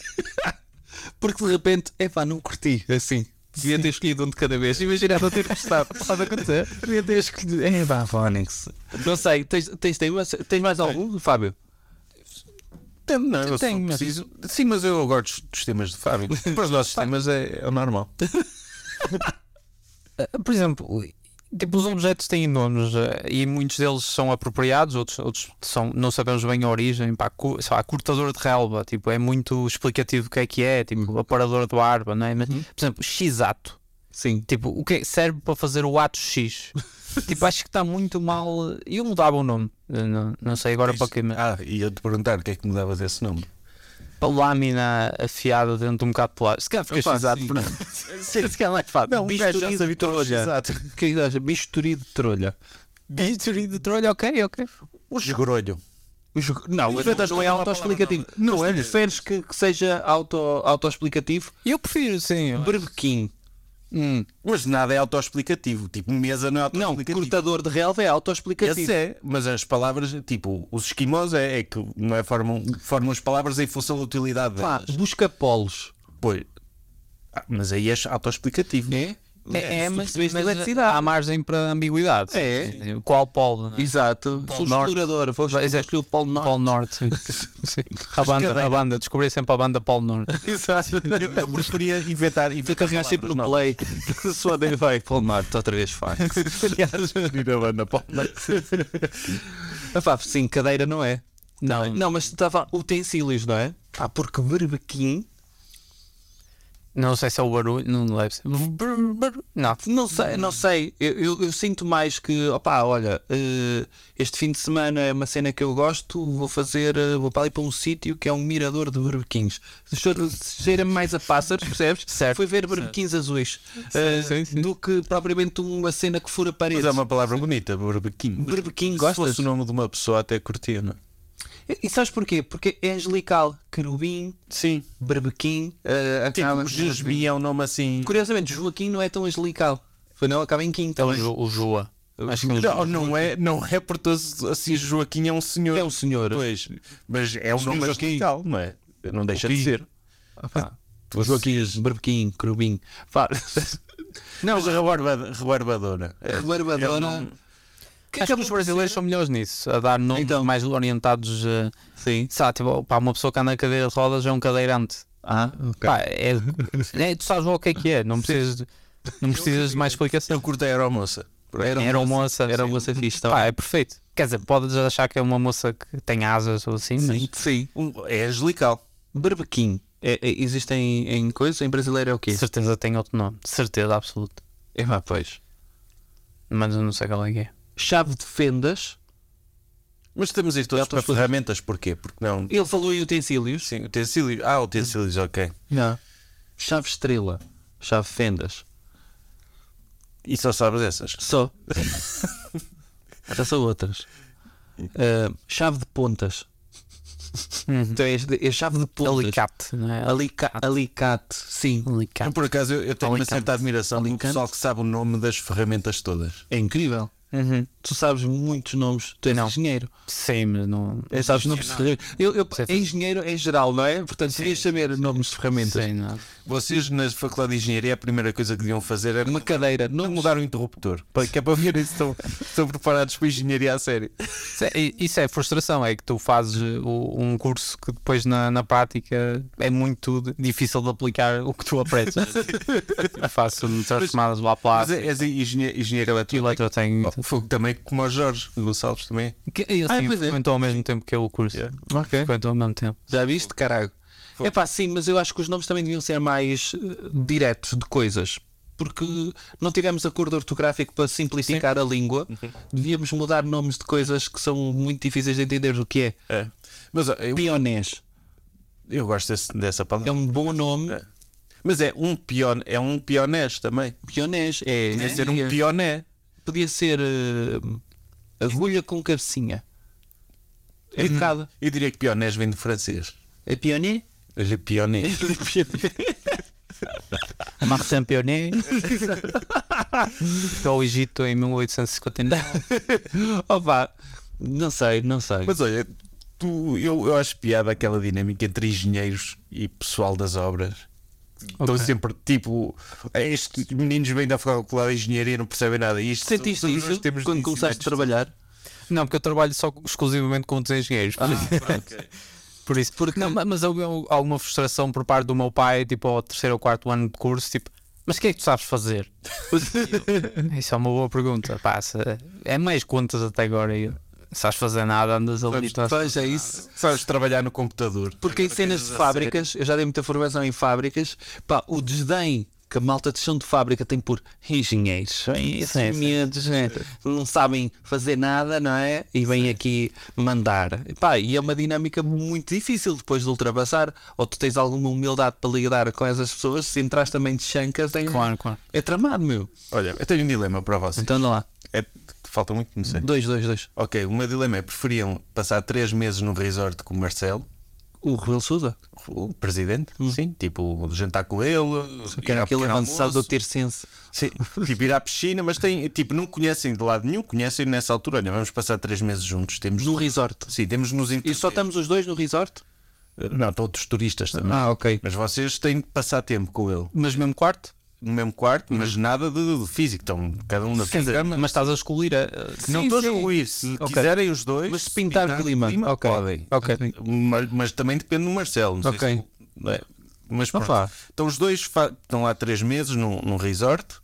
S6: Porque de repente, epá, não curti assim. Devia ter escolhido um de cada vez. Imagina não ter gostado. Pode acontecer. Devia ter escolhido. É, pá, Fónix. Não sei, tens, tens, tens, tens mais algum, Fábio?
S3: Tem- Não, eu
S5: Tenho,
S3: sou
S5: mas-
S3: preciso. Sim, mas eu gosto dos, dos temas de Fábio. Para os nossos temas é, é o normal.
S5: Por exemplo, tipo, os objetos têm nomes eh, e muitos deles são apropriados, outros, outros são, não sabemos bem a origem. Pá, cu, sei lá, cortador de relva, tipo, é muito explicativo o que é que é,
S6: Uhum.
S5: tipo, aparador de barba, não é? Mas, por exemplo, X-ato.
S6: Sim.
S5: Tipo, o que é- serve para fazer o ato X? tipo, acho que está muito mal. eh, Eu mudava o nome. eh, Não, não sei agora para que. mas-
S3: Ah, e eu te perguntar o que é que mudavas esse nome.
S5: Para lâmina afiada dentro de um bocado de plástico. Se calhar fica
S6: Opa,
S5: X-ato.
S6: sim.
S5: por não. um
S6: Sim, se calhar é fácil. Ah,
S3: Não, um gajo já se habituou,
S6: trolha.
S3: exato.
S6: Que gajo, bisturi de trolha.
S5: History de trolho, ok, ok.
S3: O esgrolho.
S6: Os- Não, mas não, não é autoexplicativo. Não é. Preferes que, que seja auto, autoexplicativo?
S5: Eu prefiro, sim.
S6: Berbequim.
S3: Mas nada é autoexplicativo. Tipo, mesa não é
S6: Não,
S3: autoexplicativo.
S6: cortador de relva é autoexplicativo.
S3: Esse é, mas as palavras, tipo, os esquimós é, é que não é, formam, formam as palavras em função da utilidade
S6: Pá,
S3: delas.
S6: busca polos.
S3: Pois. Ah, mas aí és autoexplicativo.
S6: É?
S5: É, mas, mas
S6: eletricidade.
S5: há margem para ambiguidade.
S6: É.
S5: Qual polo? Né?
S6: Exato. Sou
S5: Norte.
S6: explorador. Vou escolher o Polo Norte.
S5: Polo Norte. Sim. a, banda, a banda, descobri sempre a banda Polo Norte.
S6: Exato.
S3: Eu, eu preferia inventar.
S6: Fui
S3: inventar
S6: carregar sempre no
S3: palavras
S6: play. Só daí vai Polo Norte, outra vez faz. Epá, sim, cadeira não é.
S5: Não.
S6: Não, mas estava utensílios, não é? Ah, porque berbequim.
S5: Não sei se é o barulho, não deve ser. Brr, brr. Não.
S6: Não sei, não sei. Eu, eu- eu sinto mais que, opá, olha, eh, este fim de semana é uma cena que eu gosto, vou fazer, eh, vou para ali para um sítio que é um mirador de berbequins. Cheira- Cheira-me mais a pássaros, percebes?
S5: Certo,
S6: Foi ver berbequins azuis eh,
S5: sim, sim.
S6: do que propriamente uma cena que fura
S3: novas.
S6: paredes.
S3: Mas é uma palavra bonita, barbequim.
S6: Berbequim,
S3: Se
S6: gostas?
S3: fosse o nome de uma pessoa, até curtia, não é?
S6: E, e sabes porquê? Porque é angelical, querubim,
S3: Sim.
S6: berbequim, eh, acaba-
S3: Tipo, Jusbi é um nome assim.
S6: Curiosamente, Joaquim não é tão angelical. Foi não, acaba em quinto.
S5: Jo- Então, O Joa. Acho que o Joa.
S3: Não, não é, não é porque assim, Joaquim é um senhor.
S6: É um senhor.
S3: Pois, mas é um
S6: Senhor
S3: nome
S6: Joaquim.
S3: angelical, não é? Não deixa
S6: Pi.
S3: de ser.
S6: Pá, Joaquim, berbequim, querubim. Pá,
S3: Não, mas rebarbada- rebarbadona. É, é
S6: Rebarbadona.
S3: um-
S6: Que
S5: Acho que os brasileiros são melhores nisso, a dar nomes
S6: Então.
S5: mais orientados. eh,
S6: Sim.
S5: Sabe, tipo, pá, uma pessoa que anda na cadeira de rodas é um cadeirante.
S6: Ah, ok.
S5: Pá, é, é- tu sabes logo o que é que é, não precisas de, não precisas de mais explicação.
S3: Eu curto a aeromoça. um-
S5: Era uma moça,
S6: Era uma
S5: sim.
S6: moça fixe, tá
S5: Pá,
S6: bem.
S5: é perfeito. Quer dizer, podes achar que é uma moça que tem asas ou assim, mas
S6: Sim.
S3: Um- É angelical.
S6: Berbequim. É, é, existe em, em coisa? Em brasileiro é o quê?
S5: de certeza tem outro nome, de certeza absoluta.
S6: É pá, pois.
S5: Mas eu não sei qual é que é.
S6: Chave de fendas.
S3: Mas temos isto todas para ferramentas, porquê? Porque não.
S6: Ele falou em utensílios.
S3: Sim, utensílios. Ah, utensílios, ok.
S6: Não. Chave estrela. Chave fendas.
S3: E só sabes essas.
S6: Só. Até só outras. Ah, chave de pontas. Então é, é chave de pontas.
S5: Alicate, não é?
S6: Alica- alicate, sim.
S3: Eu,
S5: Alicate.
S3: por acaso, eu, eu tenho uma
S5: Alicante.
S3: certa admiração pelo
S6: Alicante.
S3: pessoal que sabe o nome das ferramentas todas.
S6: É incrível.
S5: Uhum.
S6: Tu sabes muitos nomes, tu és engenheiro.
S5: Sim, mas não.
S6: É, sabes nomes de ferramentas. Eu, eu,
S5: Sim, sim.
S6: é engenheiro em geral, não é? Portanto, devias saber nomes de ferramentas.
S5: Sim, não.
S3: Vocês, na Faculdade de Engenharia, a primeira coisa que deviam fazer era
S6: Uma cadeira,
S3: não
S6: nomes.
S3: mudar o interruptor. Para- Que é para verem se estão, se estão preparados para a engenharia a sério.
S5: Isso é, isso é frustração, é que tu fazes eh, o- um curso que depois na, na prática é muito d- difícil de aplicar o que tu aprendes. Eu faço transformadas lá
S3: Mas
S5: para
S3: é- és engenheiro, engenheiro eletrónico.
S5: eu tenho.
S3: Oh, fogo também, como o Jorge Gonçalves também.
S5: Que, ele
S6: Ah,
S5: sim,
S6: pois é.
S5: frequentou ao mesmo tempo que eu o curso.
S3: Yeah.
S6: Ok.
S5: Frequentou ao mesmo tempo.
S6: Já viste, caralho? É pá, sim, mas eu acho que os nomes também deviam ser mais eh, diretos de coisas. Porque não tivemos acordo ortográfico para simplificar a língua. Devíamos mudar nomes de coisas que são muito difíceis de entender o que é.
S3: É. Mas ó, eu,
S6: Pionês.
S3: eu gosto desse- dessa palavra.
S6: É um bom nome.
S3: Mas é um pion, é um pionés também.
S6: Pionês. É,
S3: Quer dizer,
S6: podia-
S3: um pioné.
S6: Podia ser eh, agulha com cabecinha. É um bocado.
S3: Eu diria que pionés vem de francês.
S6: É pioné?
S3: Le pioné.
S5: Martin Pionet. Foi ao Egito em 1859.
S6: Opa, não sei, não sei.
S3: Mas olha, tu, eu, eu acho piada aquela dinâmica entre engenheiros e pessoal das obras. Estão sempre tipo, estes meninos vêm da faculdade de engenharia e não percebem nada. E isto
S6: Sentiste
S3: nós
S6: isso
S3: temos de
S6: quando
S3: ensinar
S6: começaste a
S3: isto.
S6: trabalhar?
S5: Não, porque eu trabalho só exclusivamente com desengenheiros.
S6: Ah,
S5: Por isso, porque não, ma- mas houve al- alguma frustração por parte do meu pai, tipo, ao terceiro ou quarto ano de curso, tipo, mas o que é que tu sabes fazer? Isso é uma boa pergunta, pá, se- é mais contas até agora. e Sabes fazer nada, andas ali. estás-
S6: Pois é isso.
S3: Sabes trabalhar no computador.
S6: Porque em cenas de fábricas, eu já dei muita formação em fábricas, pá, o desdém que a malta de chão de fábrica tem por engenheiros, esses
S5: Sim, sim.
S6: miúdos, né, não sabem fazer nada, não é? E vêm aqui mandar. Pá, e é uma dinâmica muito difícil depois de ultrapassar, ou tu tens alguma humildade para lidar com essas pessoas, se entras também de chancas, tem...
S5: Claro, claro.
S6: é tramado, meu.
S3: Olha, eu tenho um dilema para vocês.
S6: Então anda lá.
S3: É, falta muito, não sei.
S6: Dois, dois, dois.
S3: Ok, o meu dilema é: preferiam passar três meses num resort com o Marcelo,
S6: O Rebelo de Sousa.
S3: o presidente, sim, tipo jantar com ele,
S6: Que
S5: É,
S3: ir
S6: era
S3: ao
S6: aquele
S5: um
S3: pequeno
S6: avançado do
S3: almoço.
S6: ter senso.
S3: Sim, tipo ir à piscina, mas tem, tipo, não conhecem de lado nenhum, conhecem nessa altura. Olha, vamos passar três meses juntos. Temos
S6: No resort.
S3: Sim, temos nos
S6: E
S5: É.
S6: só estamos os dois no resort?
S3: Não, estão outros turistas também.
S6: Ah, ok.
S3: Mas vocês têm de passar tempo com ele
S5: Mas mesmo quarto?
S3: no mesmo
S6: Uhum.
S3: quarto, mas nada de, de físico. Estão cada um na
S5: Quer
S3: sua
S5: dizer,
S3: cama.
S5: mas estás a excluir a.
S3: não estou a excluir. Se
S5: Ok.
S3: quiserem os dois,
S6: Mas se pintar clima, ok.
S3: podem.
S5: Ok.
S3: Mas, mas também depende do Marcelo. Não sei
S5: Ok.
S3: se- não é? Mas pronto.
S5: Opa.
S3: Então os dois fa- estão há três meses num, num resort,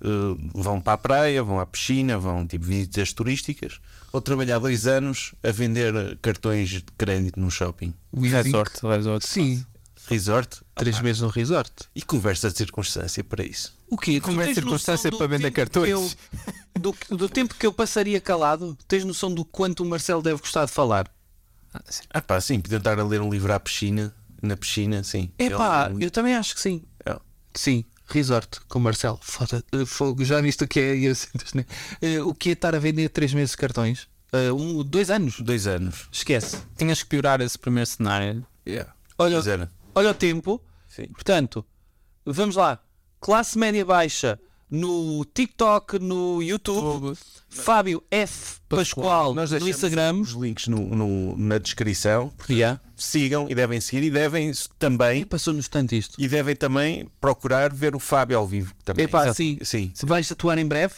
S3: eh, vão para a praia, vão à piscina, vão tipo visitas turísticas, ou trabalhar dois anos a vender eh, cartões de crédito num shopping.
S5: Resort, resort.
S6: Sim.
S3: Resort
S6: Três meses no resort.
S3: e conversa de circunstância para isso.
S6: O quê? Tu
S5: Como é
S6: tens
S5: circunstância
S6: noção do
S5: para vender
S6: tempo
S5: cartões?
S6: que eu- do, do tempo que eu passaria calado, tens noção do quanto o Marcelo deve gostar de falar?
S3: Ah, pá, sim, podiam estar a ler um livro à piscina, na piscina, sim.
S6: É pá,
S3: Ele- É.
S6: eu também acho que sim.
S3: ele-
S6: Sim, resort com o Marcelo. Foda, eh, fogo, já viste o que é? eu sinto-se, né? Eh, O que é estar a vender três meses de cartões? Eh, um, dois anos?
S3: Dois anos.
S6: Esquece.
S5: Tinhas que piorar esse primeiro cenário.
S3: Yeah.
S6: Olha,
S3: Dois anos.
S6: olha o tempo.
S3: Sim.
S6: Portanto, vamos lá. Classe média baixa no TikTok, no YouTube. Fábio F. Pascoal,
S3: Nós
S6: no
S3: deixamos
S6: Instagram.
S3: os links no- no- na descrição.
S6: Yeah.
S3: Sigam e devem seguir e devem também
S6: E passou-nos tanto isto.
S3: e devem também procurar ver o Fábio ao vivo também.
S6: Epá,
S3: Exato.
S6: sim.
S3: sim.
S6: Vais atuar em breve?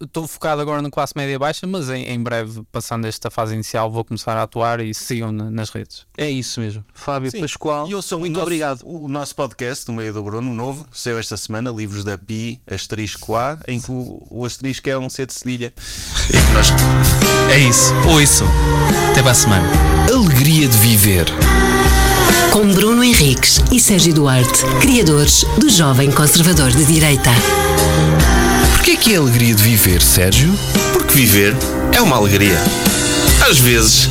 S5: Estou eh, focado agora no classe média baixa, mas em, em breve, passando esta fase inicial, vou começar a atuar e sigam na- nas redes.
S6: É isso mesmo. Fábio
S3: Sim.
S6: Pascoal.
S3: E ouçam
S6: muito
S3: o nosso,
S6: obrigado.
S3: O nosso podcast, do meio do Bruno, novo, saiu esta semana, Livros da Pi, Asterisco A, em que o, o asterisco é um C de cedilha.
S1: É isso. Ouçam. Até para a semana. Alegria de viver.
S4: Com Bruno Henriques e Sérgio Duarte, criadores do Jovem Conservador de Direita.
S1: Porquê que é alegria de viver, Sérgio?
S9: Porque viver é uma alegria. Às vezes.